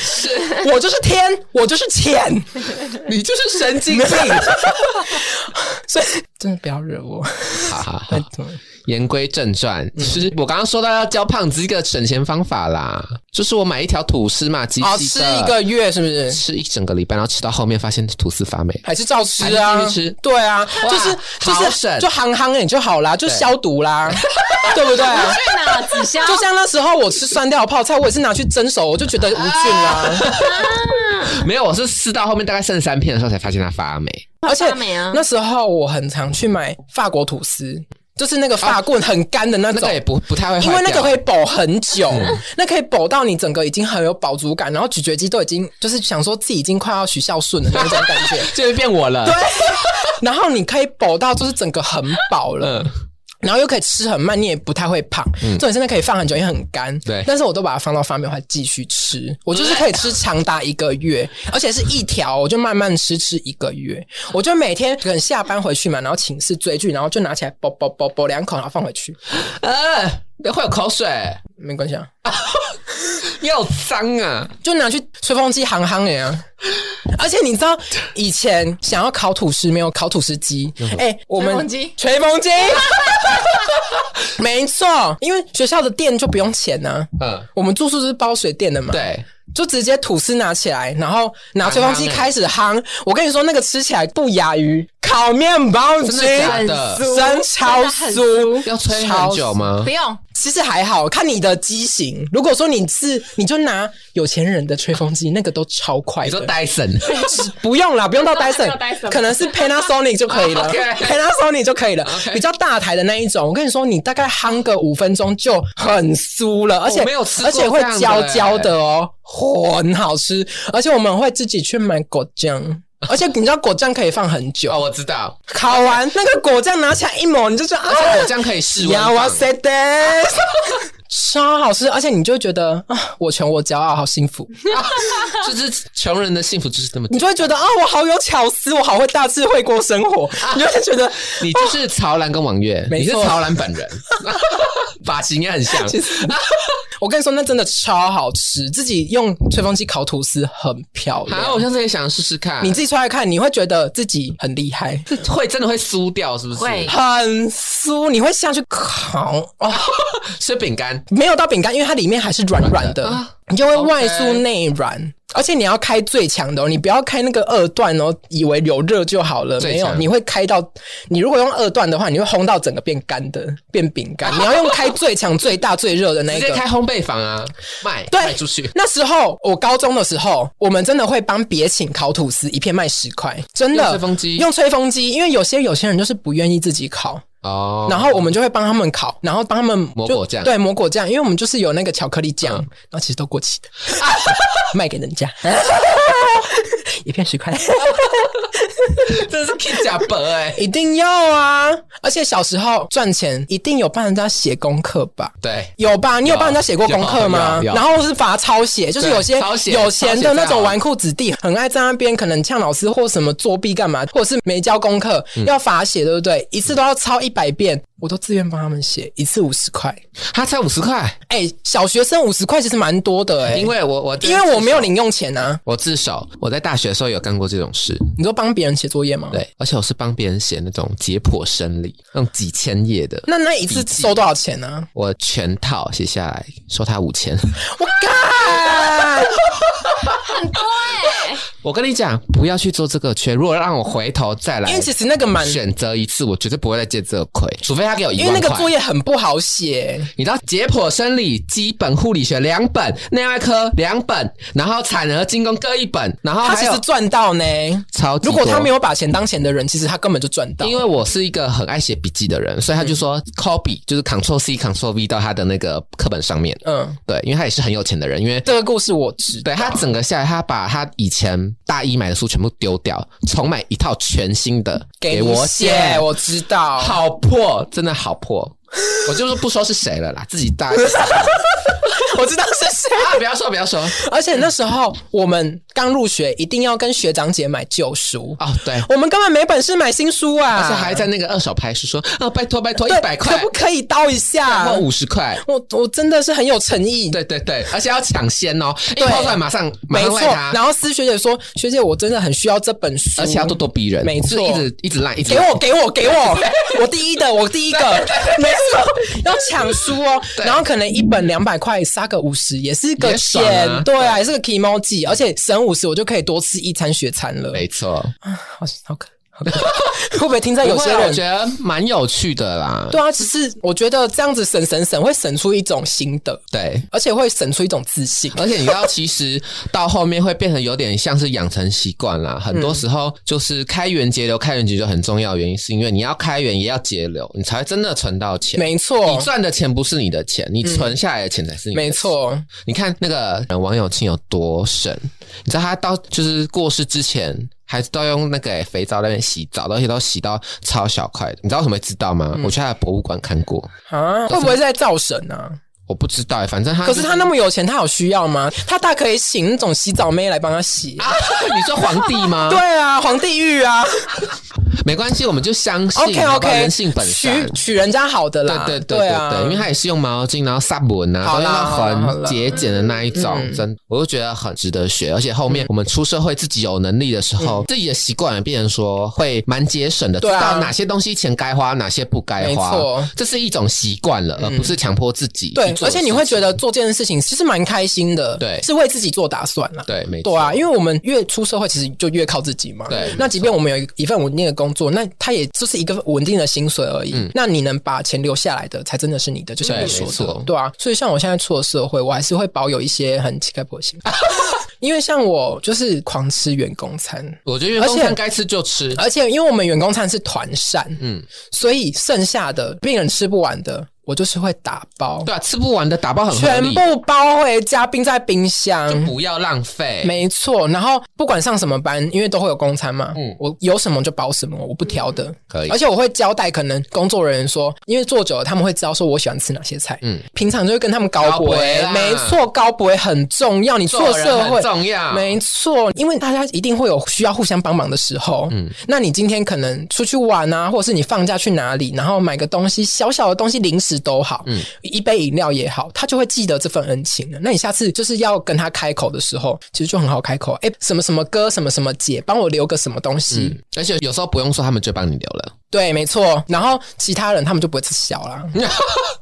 Speaker 2: 是我就是天，我就是
Speaker 1: [laughs]
Speaker 2: 钱，
Speaker 1: 你就是神经病， [laughs]
Speaker 2: 所以真的不要惹我。
Speaker 1: 好
Speaker 2: [laughs]
Speaker 1: 好好
Speaker 2: 拜。托
Speaker 1: 言归正传，
Speaker 2: 嗯
Speaker 1: 其实我刚刚说到要教胖子一个省钱方法啦，就是我买一条吐司嘛，集
Speaker 2: 好
Speaker 1: 齐
Speaker 2: 哦吃
Speaker 1: 的
Speaker 2: 一个月是不是？
Speaker 1: 吃一整个礼拜，然后吃到后面发现吐司发霉，
Speaker 2: 还是照吃啊，
Speaker 1: 还是继续吃
Speaker 2: 对啊，就是就
Speaker 1: 好
Speaker 2: 是
Speaker 1: 省
Speaker 2: 就行行也就好啦，就消毒
Speaker 1: [laughs]
Speaker 2: 啦，对不对？
Speaker 4: 对呢，子潇
Speaker 2: 就像那时候我吃酸掉的泡菜，我也是拿去蒸熟，我就觉得无菌
Speaker 1: [laughs]
Speaker 2: 啦。
Speaker 1: 没有，我是吃到后面大概剩三片的时候才发现它发霉。
Speaker 2: 而且
Speaker 4: 发霉啊
Speaker 2: 那时候我很常去买法国吐司，就是那个法棍很干的那
Speaker 1: 那
Speaker 2: 种
Speaker 1: 个。也不不太会坏
Speaker 2: 因
Speaker 1: 掉，嗯
Speaker 2: 为那个可以保很久，那可以保到你整个已经很有饱足感，然后咀嚼肌都已经就是想说自己已经快要许孝顺的那种感
Speaker 1: [laughs]
Speaker 2: 觉，
Speaker 1: [laughs] 就变我了。对，
Speaker 2: 然后你可以饱到就是整个很饱了，
Speaker 1: 嗯
Speaker 2: 然后又可以吃很慢，你也不太会胖。重点是那可以放很久，也很干。
Speaker 1: 对
Speaker 2: 但是我都把它放到发霉，还继续吃。我就是可以吃长达一个
Speaker 1: [laughs]
Speaker 2: 月，而且是一条，我就慢慢吃，吃一个月。我就每天可能下班回去嘛，然后寝室追剧，然后就拿起来啵啵啵啵两口，然后放回去，
Speaker 1: 呃，会有口水，
Speaker 2: 没关系啊，
Speaker 1: 你好脏啊！
Speaker 2: 就拿去吹风机行行哎、啊，而且你知道以前想要烤吐司没有烤吐司机，哎、我们
Speaker 3: 吹风机
Speaker 2: 吹风机， [laughs] 没错，因为学校的电就不用钱呢、
Speaker 1: 嗯，
Speaker 2: 我们住宿是包水电的嘛，，
Speaker 1: 对，
Speaker 2: 就直接吐司拿起来，然后拿吹风
Speaker 1: 夯
Speaker 2: 机
Speaker 1: 夯欸
Speaker 2: 开始夯。我跟你说，那个吃起来不亚于烤面包机，
Speaker 1: 真的假的？
Speaker 2: 真超酥。
Speaker 1: 要吹很久吗
Speaker 3: 不？用，
Speaker 2: 其实还好看你的机型。如果说你是，你就拿有钱人的吹风机，那个都超快
Speaker 1: 你说
Speaker 2: 的。
Speaker 1: Dyson
Speaker 2: [laughs] 不用啦，不用到
Speaker 4: 不用到
Speaker 2: Dyson，
Speaker 4: Dyson
Speaker 2: 可能是 Panasonic 就可
Speaker 1: [laughs]
Speaker 2: 以了，Panasonic 就可以了，比较大台的那一种。我跟你说，你大概夯个五分钟就很酥了，而且
Speaker 1: 哦我没有吃过
Speaker 2: 而且会
Speaker 1: 这样的
Speaker 2: 焦
Speaker 1: 欸
Speaker 2: 焦的哦，很好吃。而且我们会自己去买果
Speaker 1: [laughs]
Speaker 2: 酱，而且你知道果酱可以放很久，
Speaker 1: 哦，我知道，
Speaker 2: 烤完那个果酱拿起来一抹，你就觉得啊
Speaker 1: 而，且果酱
Speaker 2: [laughs]
Speaker 1: 可以室温
Speaker 2: 呀哇
Speaker 1: 放。
Speaker 2: 塞的，超好吃，而且你就会觉得啊，我穷我骄傲，好幸福。
Speaker 1: 啊就是穷人的幸福就是这么
Speaker 2: 你
Speaker 1: 简单。
Speaker 2: 就会觉得啊，我好有巧思，我好会大智慧过生活，你就会觉得
Speaker 1: 你就是曹兰跟王月，
Speaker 2: 哦没
Speaker 1: 你是
Speaker 2: 错
Speaker 1: 曹兰本人， [laughs] 发型也很像。
Speaker 2: 其实，我跟你说，那真的超好吃，自己用吹风机烤吐司很漂
Speaker 1: 好，我
Speaker 2: 亮。
Speaker 1: 下次也想试试看。
Speaker 2: 你自己出来看，你会觉得自己很厉害，
Speaker 1: 会真的会酥掉是不是？
Speaker 3: 会
Speaker 2: 很酥，你会下去烤哦，
Speaker 1: 吃饼干，
Speaker 2: 没有到饼干，因为它里面还是软软的，你就会外
Speaker 1: 哦
Speaker 2: 酥内软。而且你要开最强的哦，你不要开那个二段哦，以为有热就好了，
Speaker 1: 最
Speaker 2: 没有，
Speaker 1: 强
Speaker 2: 你会开到你如果用二段的话，你会烘到整个变干的，变饼
Speaker 1: [laughs]
Speaker 2: 干。你要用开最强、最大、最热的那
Speaker 1: 直
Speaker 2: 一
Speaker 1: 接
Speaker 2: 个，
Speaker 1: [laughs] 开烘焙房啊，卖
Speaker 2: 对
Speaker 1: 卖出去。
Speaker 2: 那时候我高中的时候，我们真的会帮别请烤吐司，一片卖十块，真的
Speaker 1: 用吹风机
Speaker 2: 用吹风机，因为有些有些人就是不愿意自己烤，
Speaker 1: 哦
Speaker 2: 然 [laughs] 后我们就会帮他们烤，然后帮他们
Speaker 1: 抹
Speaker 2: 就
Speaker 1: 果酱
Speaker 2: 对抹果酱，因为我们就是有那个巧克力酱，
Speaker 1: 嗯
Speaker 2: 然后其实都过期的， [laughs] 卖给人家，一片十块，
Speaker 1: 真的是 K 假本哎，
Speaker 2: [laughs] 一定要啊！而且小时候赚钱一定有帮人家写功课吧。
Speaker 1: 对，
Speaker 2: 有吧？你有
Speaker 1: 有
Speaker 2: 帮人家写过功课吗？
Speaker 1: 有有有
Speaker 2: 然后是罚抄写，就是有些
Speaker 1: 抄写
Speaker 2: 有钱的
Speaker 1: 抄
Speaker 2: 那
Speaker 1: 写最
Speaker 2: 种
Speaker 1: 好
Speaker 2: 纨绔子弟，很爱在那边可能呛老师或什么作弊干嘛，或者是没交功课、
Speaker 1: 嗯
Speaker 2: 要罚写，对不对？一次都要抄一百遍，我都自愿帮他们写，一次五十块。
Speaker 1: 他才五十块，
Speaker 2: 哎、小学生五十块其实蛮多的哎、
Speaker 1: 因为我我
Speaker 2: 因为我没有零用钱啊。
Speaker 1: 我自首，我在大学的时候有干过这种事，
Speaker 2: 你说帮别人写作业吗？。
Speaker 1: 对，而且我是帮别人写那种解剖生理，那种几千页的，
Speaker 2: 那那一次收多少钱呢、
Speaker 1: 我全套写下来，收他五千。 [laughs]
Speaker 2: 我干！
Speaker 1: 我跟你讲，不要去做这个圈，如果让我回头再来，
Speaker 2: 因为其实那个蛮，
Speaker 1: 选择一次，我绝对不会再借这个亏，除非他给我一
Speaker 2: 因
Speaker 1: 万
Speaker 2: 为
Speaker 1: 块。
Speaker 2: 那个作业很不好写。
Speaker 1: 你知道解剖生理、基本护理学两本，内外科两本，然后产儿精工各一本，然后
Speaker 2: 他
Speaker 1: 哦还
Speaker 2: 其
Speaker 1: 有
Speaker 2: 实赚到呢。
Speaker 1: 超级
Speaker 2: 如果他没
Speaker 1: 有。
Speaker 2: 有把钱当钱的人，其实他根本就赚到。
Speaker 1: 因为我是一个很爱写笔记的人，所以他就
Speaker 2: 嗯
Speaker 1: 说 copy 就是 Ctrl C Ctrl V 到他的那个课本上面。
Speaker 2: 嗯，
Speaker 1: 对，因为他也是很有钱的人，因为
Speaker 2: 这个故事我知道。
Speaker 1: 对他整个下来，他把他以前大一买的书全部丢掉，重买一套全新的
Speaker 2: 给
Speaker 1: 我
Speaker 2: 我写，我知道。
Speaker 1: 好破，真的好破。我就是不说是谁了啦，自己 [laughs] 大家
Speaker 2: 我知道是谁。
Speaker 1: 啊，不要说不要说
Speaker 2: 而且那时候我们刚入学，一定要跟学长姐买旧书。
Speaker 1: 哦，对，
Speaker 2: 我们根本没本事买新书啊，
Speaker 1: 而且还在那个二手拍书说啊，拜托拜托，一
Speaker 2: 对
Speaker 1: 百
Speaker 2: 可
Speaker 1: 块
Speaker 2: 不可以刀一下
Speaker 1: 或？五十块。
Speaker 2: 我我真的是很有诚意。
Speaker 1: 对对对，而且要抢先哦，一
Speaker 2: 对
Speaker 1: 抛出来马上马
Speaker 2: 没
Speaker 1: 上
Speaker 2: 错
Speaker 1: 赖，他，
Speaker 2: 然后思学姐说：“学姐，我真的很需要这本书，
Speaker 1: 而且要咄咄逼人，
Speaker 2: 没错
Speaker 1: 就是一直一直赖，一直
Speaker 2: 给
Speaker 1: 赖
Speaker 2: 我，给我，给我， [laughs] 我第一的，我第一个，没错，要抢书哦。然后可能一本两百块，杀个五十也是个
Speaker 1: 也爽
Speaker 2: 钱，
Speaker 1: 啊
Speaker 2: 对啊，也是个 key 猫计，而且省五十，我就可以多吃一餐学餐了。
Speaker 1: 没错。
Speaker 2: 好，好可，好可会不会听在哎有
Speaker 1: 不
Speaker 2: 些
Speaker 1: 会啊我
Speaker 2: 人
Speaker 1: 觉？得蛮有趣的啦，
Speaker 2: 对啊，只是我觉得这样子省省省，会省出一种心得，
Speaker 1: 对。
Speaker 2: 而且会省出一种自信。
Speaker 1: 而且你知道，其实到后面会变成有点像是养成习惯
Speaker 2: [laughs]
Speaker 1: 啦。很多时候就是开源节流，开源节流很重要，原因是因为你要开源也要节流，你才会真的存到钱。
Speaker 2: 没错嗯
Speaker 1: 你，赚的钱不是你的钱，你存下来的钱才是你的钱
Speaker 2: 没错，
Speaker 1: 你看那个呃王永庆有多神，你知道他到就是过世之前。还都用那个、欸肥皂在那边洗澡，而且都洗到超小块的。你知道为什么会知道吗？我去他的博物馆看过，
Speaker 2: 啊，会不会是在造神啊？
Speaker 1: 我不知道、欸，反正他
Speaker 2: 可
Speaker 1: 就是
Speaker 2: 他那么有钱，他有需要吗？他大可以请那种洗澡妹来帮他洗。
Speaker 1: 啊，你说皇帝吗？
Speaker 2: [laughs] 对啊，皇帝浴啊，
Speaker 1: 没关系，我们就相信
Speaker 2: OK
Speaker 1: 好不
Speaker 2: OK，
Speaker 1: 好人性本善
Speaker 2: 取。取人家好的
Speaker 1: 对
Speaker 2: 啦，
Speaker 1: 对对
Speaker 2: 对
Speaker 1: 对
Speaker 2: 啊，
Speaker 1: 对，因为他也是用毛巾，然后撒文啊，
Speaker 2: 好
Speaker 1: 都用
Speaker 2: 啦好啦好
Speaker 1: 到很
Speaker 2: 啦
Speaker 1: 节俭的那一种，
Speaker 2: 嗯
Speaker 1: 真的我就觉得很值得学。而且后面我们出社会自己有能力的时候，自己的习惯也变成说会蛮节省的，知
Speaker 2: 嗯对啊
Speaker 1: 道哪些东西钱该花，哪些不该
Speaker 2: 没
Speaker 1: 花
Speaker 2: 错，
Speaker 1: 这是一种习惯了，而不是强迫自己去
Speaker 2: 对，
Speaker 1: 做
Speaker 2: 而
Speaker 1: 的事情。
Speaker 2: 且你会觉得做这件事情其实蛮开心的，
Speaker 1: 对
Speaker 2: 是为自己做打算啦。
Speaker 1: 对，没错
Speaker 2: 对啊，因为我们越出社会，其实就越靠自己嘛。
Speaker 1: 对
Speaker 2: 那即便我们有一份稳定的工作，那它也就是一个稳定的薪水而已。那你能把钱留下来的，才真的是你的，就像
Speaker 1: 嗯对
Speaker 2: 你说
Speaker 1: 没错
Speaker 2: 的，对啊。所以像我现在出了社会，我还是会保有一些很乞丐婆心， [laughs] 因为像我就是狂吃员工餐，
Speaker 1: 我觉得员工
Speaker 2: 而且
Speaker 1: 餐该吃就吃，
Speaker 2: 而且因为我们员工餐是团膳，
Speaker 1: 嗯
Speaker 2: 嗯，所以剩下的病人吃不完的，我就是会打包。
Speaker 1: 对啊，吃不完的打包很合
Speaker 2: 全
Speaker 1: 理，
Speaker 2: 部包回家，冰在冰箱。
Speaker 1: 就不要浪费。
Speaker 2: 没错，然后不管上什么班，因为都会有公餐嘛，
Speaker 1: 嗯
Speaker 2: 我有什么就包什么，我不挑的。
Speaker 1: 可以
Speaker 2: 而且我会交代，可能工作人员说，因为做久了，他们会知道说我喜欢吃哪些菜。
Speaker 1: 嗯
Speaker 2: 嗯，平常就会跟他们
Speaker 1: 高
Speaker 2: 高博
Speaker 1: 博啦，
Speaker 2: 没错，高博很重要。你出了
Speaker 1: 做
Speaker 2: 社
Speaker 1: 人
Speaker 2: 会
Speaker 1: 很重要，
Speaker 2: 没错，因为大家一定会有需要互相帮忙的时候。嗯，那你今天可能出去玩啊，或者是你放假去哪里，然后买个东西，小小的东西零食都好，嗯，一杯饮料也好，他就会记得这份恩情了。那你下次就是要跟他开口的时候，其实就很好开口，哎、什么什么哥，什么什么姐，帮我留个什么东西。
Speaker 1: 嗯，而且有时候不用说，他们就帮你留了。
Speaker 2: 对，没错。然后其他人他们就不会吃 [laughs] 小啦，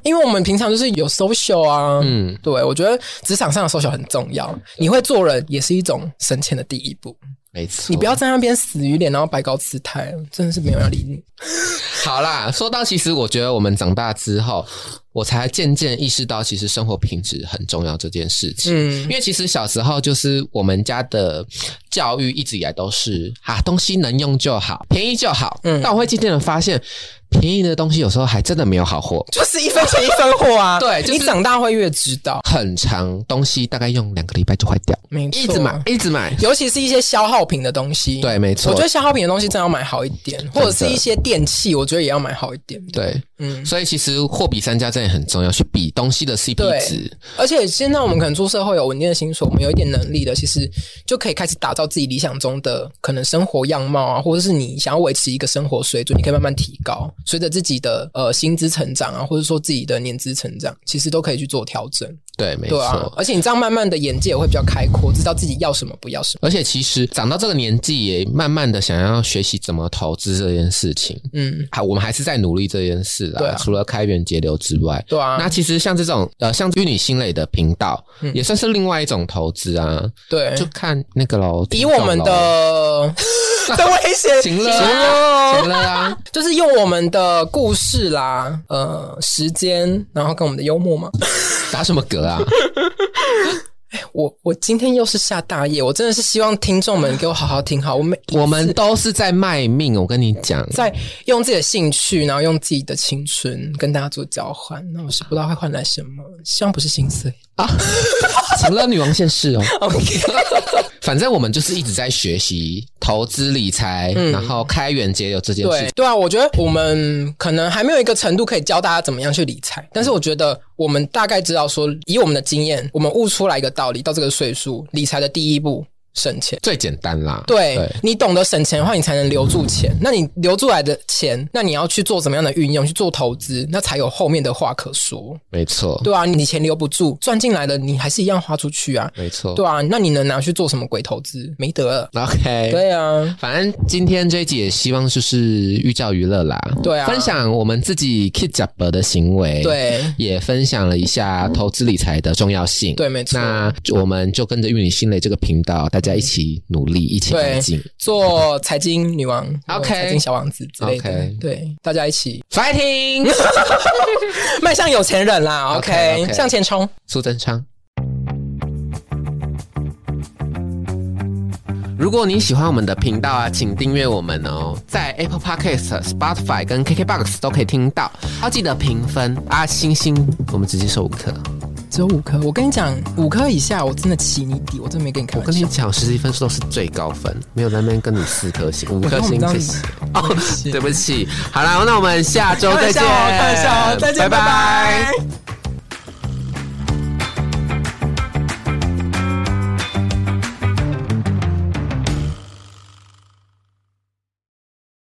Speaker 2: 因为我们平常就是有 social 啊。
Speaker 1: 嗯，
Speaker 2: 对，我觉得职场上的 social 很重要，你会做人也是一种升迁的第一步。
Speaker 1: 没错。
Speaker 2: 你不要在那边死鱼脸，然后摆高姿态，真的是没有人要理你。
Speaker 1: 好啦。说到其实，我觉得我们长大之后，我才渐渐意识到，其实生活品质很重要这件事情。因
Speaker 2: 嗯，
Speaker 1: 为其实小时候就是我们家的教育一直以来都是啊，东西能用就好，便宜就好。
Speaker 2: 嗯
Speaker 1: 但我会渐渐的发现，便宜的东西有时候还真的没有好货。
Speaker 2: 就是一分钱一分货啊。
Speaker 1: 对就是
Speaker 2: 你长大会越知道，
Speaker 1: 很长东西大概用两个礼拜就坏掉，
Speaker 2: 没错，
Speaker 1: 一直买，一直买。
Speaker 2: 尤其是一些消耗品的东西。
Speaker 1: 对，，没错。
Speaker 2: 我觉得消耗品的东西真的要买好一点，或者是
Speaker 1: 真的
Speaker 2: 一些电器，我觉得也要买好一点。
Speaker 1: 对，
Speaker 2: 嗯，
Speaker 1: 所以其实货比三家真的很重要，去比东西的 CP
Speaker 2: 对
Speaker 1: 值。
Speaker 2: 而且现在我们可能出社会有稳定的薪水，我们有一点能力的，其实就可以开始打造自己理想中的可能生活样貌啊，或者是你想要维持一个生活水准，你可以慢慢提高，随着自己的呃薪资成长啊，或者说自己的年资成长，其实都可以去做调整。
Speaker 1: 对，没
Speaker 2: 对
Speaker 1: 错。
Speaker 2: 啊，而且你这样慢慢的眼界也会比较开阔，知道自己要什么不要什么。
Speaker 1: 而且其实长到这个年纪，也慢慢的想要学习怎么投资这件事情。
Speaker 2: 嗯，
Speaker 1: 还我们还是在努力这件事啦。
Speaker 2: 对啊
Speaker 1: 除了开源节流之外，
Speaker 2: 对啊
Speaker 1: 那，其实像这种呃，像玉女心类的频道，
Speaker 2: 嗯
Speaker 1: 也算是另外一种投资啊。
Speaker 2: 对，
Speaker 1: 就看那个喽，
Speaker 2: 以
Speaker 1: 听
Speaker 2: 我
Speaker 1: 众
Speaker 2: 们
Speaker 1: 咯
Speaker 2: 的 [laughs] 在威
Speaker 1: [laughs]
Speaker 2: 胁，
Speaker 1: 行了啊
Speaker 2: 了
Speaker 1: 行了啊，
Speaker 2: 就是用我们的故事啦，呃，时间，然后跟我们的幽默嘛。
Speaker 1: 打什么嗝
Speaker 2: [laughs]
Speaker 1: 啊？
Speaker 2: 我我今天又是下大夜，我真的是希望听众们给我好好听好，我每
Speaker 1: 我们都是在卖命，我跟你讲。
Speaker 2: 在用自己的兴趣，然后用自己的青春跟大家做交换。那我是不知道会换来什么，希望不是
Speaker 1: [laughs]
Speaker 2: 心碎。
Speaker 1: 晴乐啊女王现世哦。
Speaker 2: OK，
Speaker 1: 反正我们就是一直在学习投资理财，
Speaker 2: 嗯
Speaker 1: 然后开源节流这件事
Speaker 2: [laughs] 对
Speaker 1: 情。
Speaker 2: 对啊，我觉得我们可能还没有一个程度可以教大家怎么样去理财，但是我觉得我们大概知道说，以我们的经验，我们悟出来一个道理，到这个岁数，理财的第一步省钱。
Speaker 1: 最简单啦，
Speaker 2: 对你懂得省钱的话，你才能留住钱。那你留住来的钱，那你要去做怎么样的运用？去做投资，那才有后面的话可说。
Speaker 1: 没错，
Speaker 2: 对啊，你钱留不住，赚进来的你还是一样花出去啊。
Speaker 1: 没错，
Speaker 2: 对啊，那你能拿去做什么鬼投资？没得了。
Speaker 1: OK，
Speaker 2: 对啊，
Speaker 1: 反正今天这一集也希望就是寓教于乐啦，
Speaker 2: 对啊
Speaker 1: 分享我们自己 kid 假的行为，，
Speaker 2: 对
Speaker 1: 也分享了一下投资理财的重要性，。
Speaker 2: 对，没错。
Speaker 1: 那我们就跟着玉女心蕾这个频道，大家一起努力，一起
Speaker 2: 对
Speaker 1: 改进
Speaker 2: 做财经女王哦
Speaker 1: OK
Speaker 2: 财经小王子之类的
Speaker 1: OK
Speaker 2: 对，大家一起 [laughs]
Speaker 1: ，fighting！
Speaker 2: 迈向有钱人啦
Speaker 1: OK，OK
Speaker 2: 向前冲。
Speaker 1: 苏贞昌。如果你喜欢我们的频道啊，请订阅我们哦，在 Apple Podcast、Spotify 跟 KKBox 都可以听到。要记得评分啊，星星，我们直接收五颗。
Speaker 2: 只有五颗，我跟你讲，五颗以下我真的起你底，我真的没跟你开
Speaker 1: 我
Speaker 2: 玩
Speaker 1: 跟你
Speaker 2: 笑。
Speaker 1: 讲，实际分数都是最高分，没有在那边跟你四颗星、五
Speaker 2: [laughs] 我
Speaker 1: 颗
Speaker 2: 跟你
Speaker 1: 星，
Speaker 2: 讲，
Speaker 1: 谢哦谢。对不起，好啦，那我们下周再见，
Speaker 2: 开玩笑哦开玩笑哦再见
Speaker 1: 拜
Speaker 2: 拜拜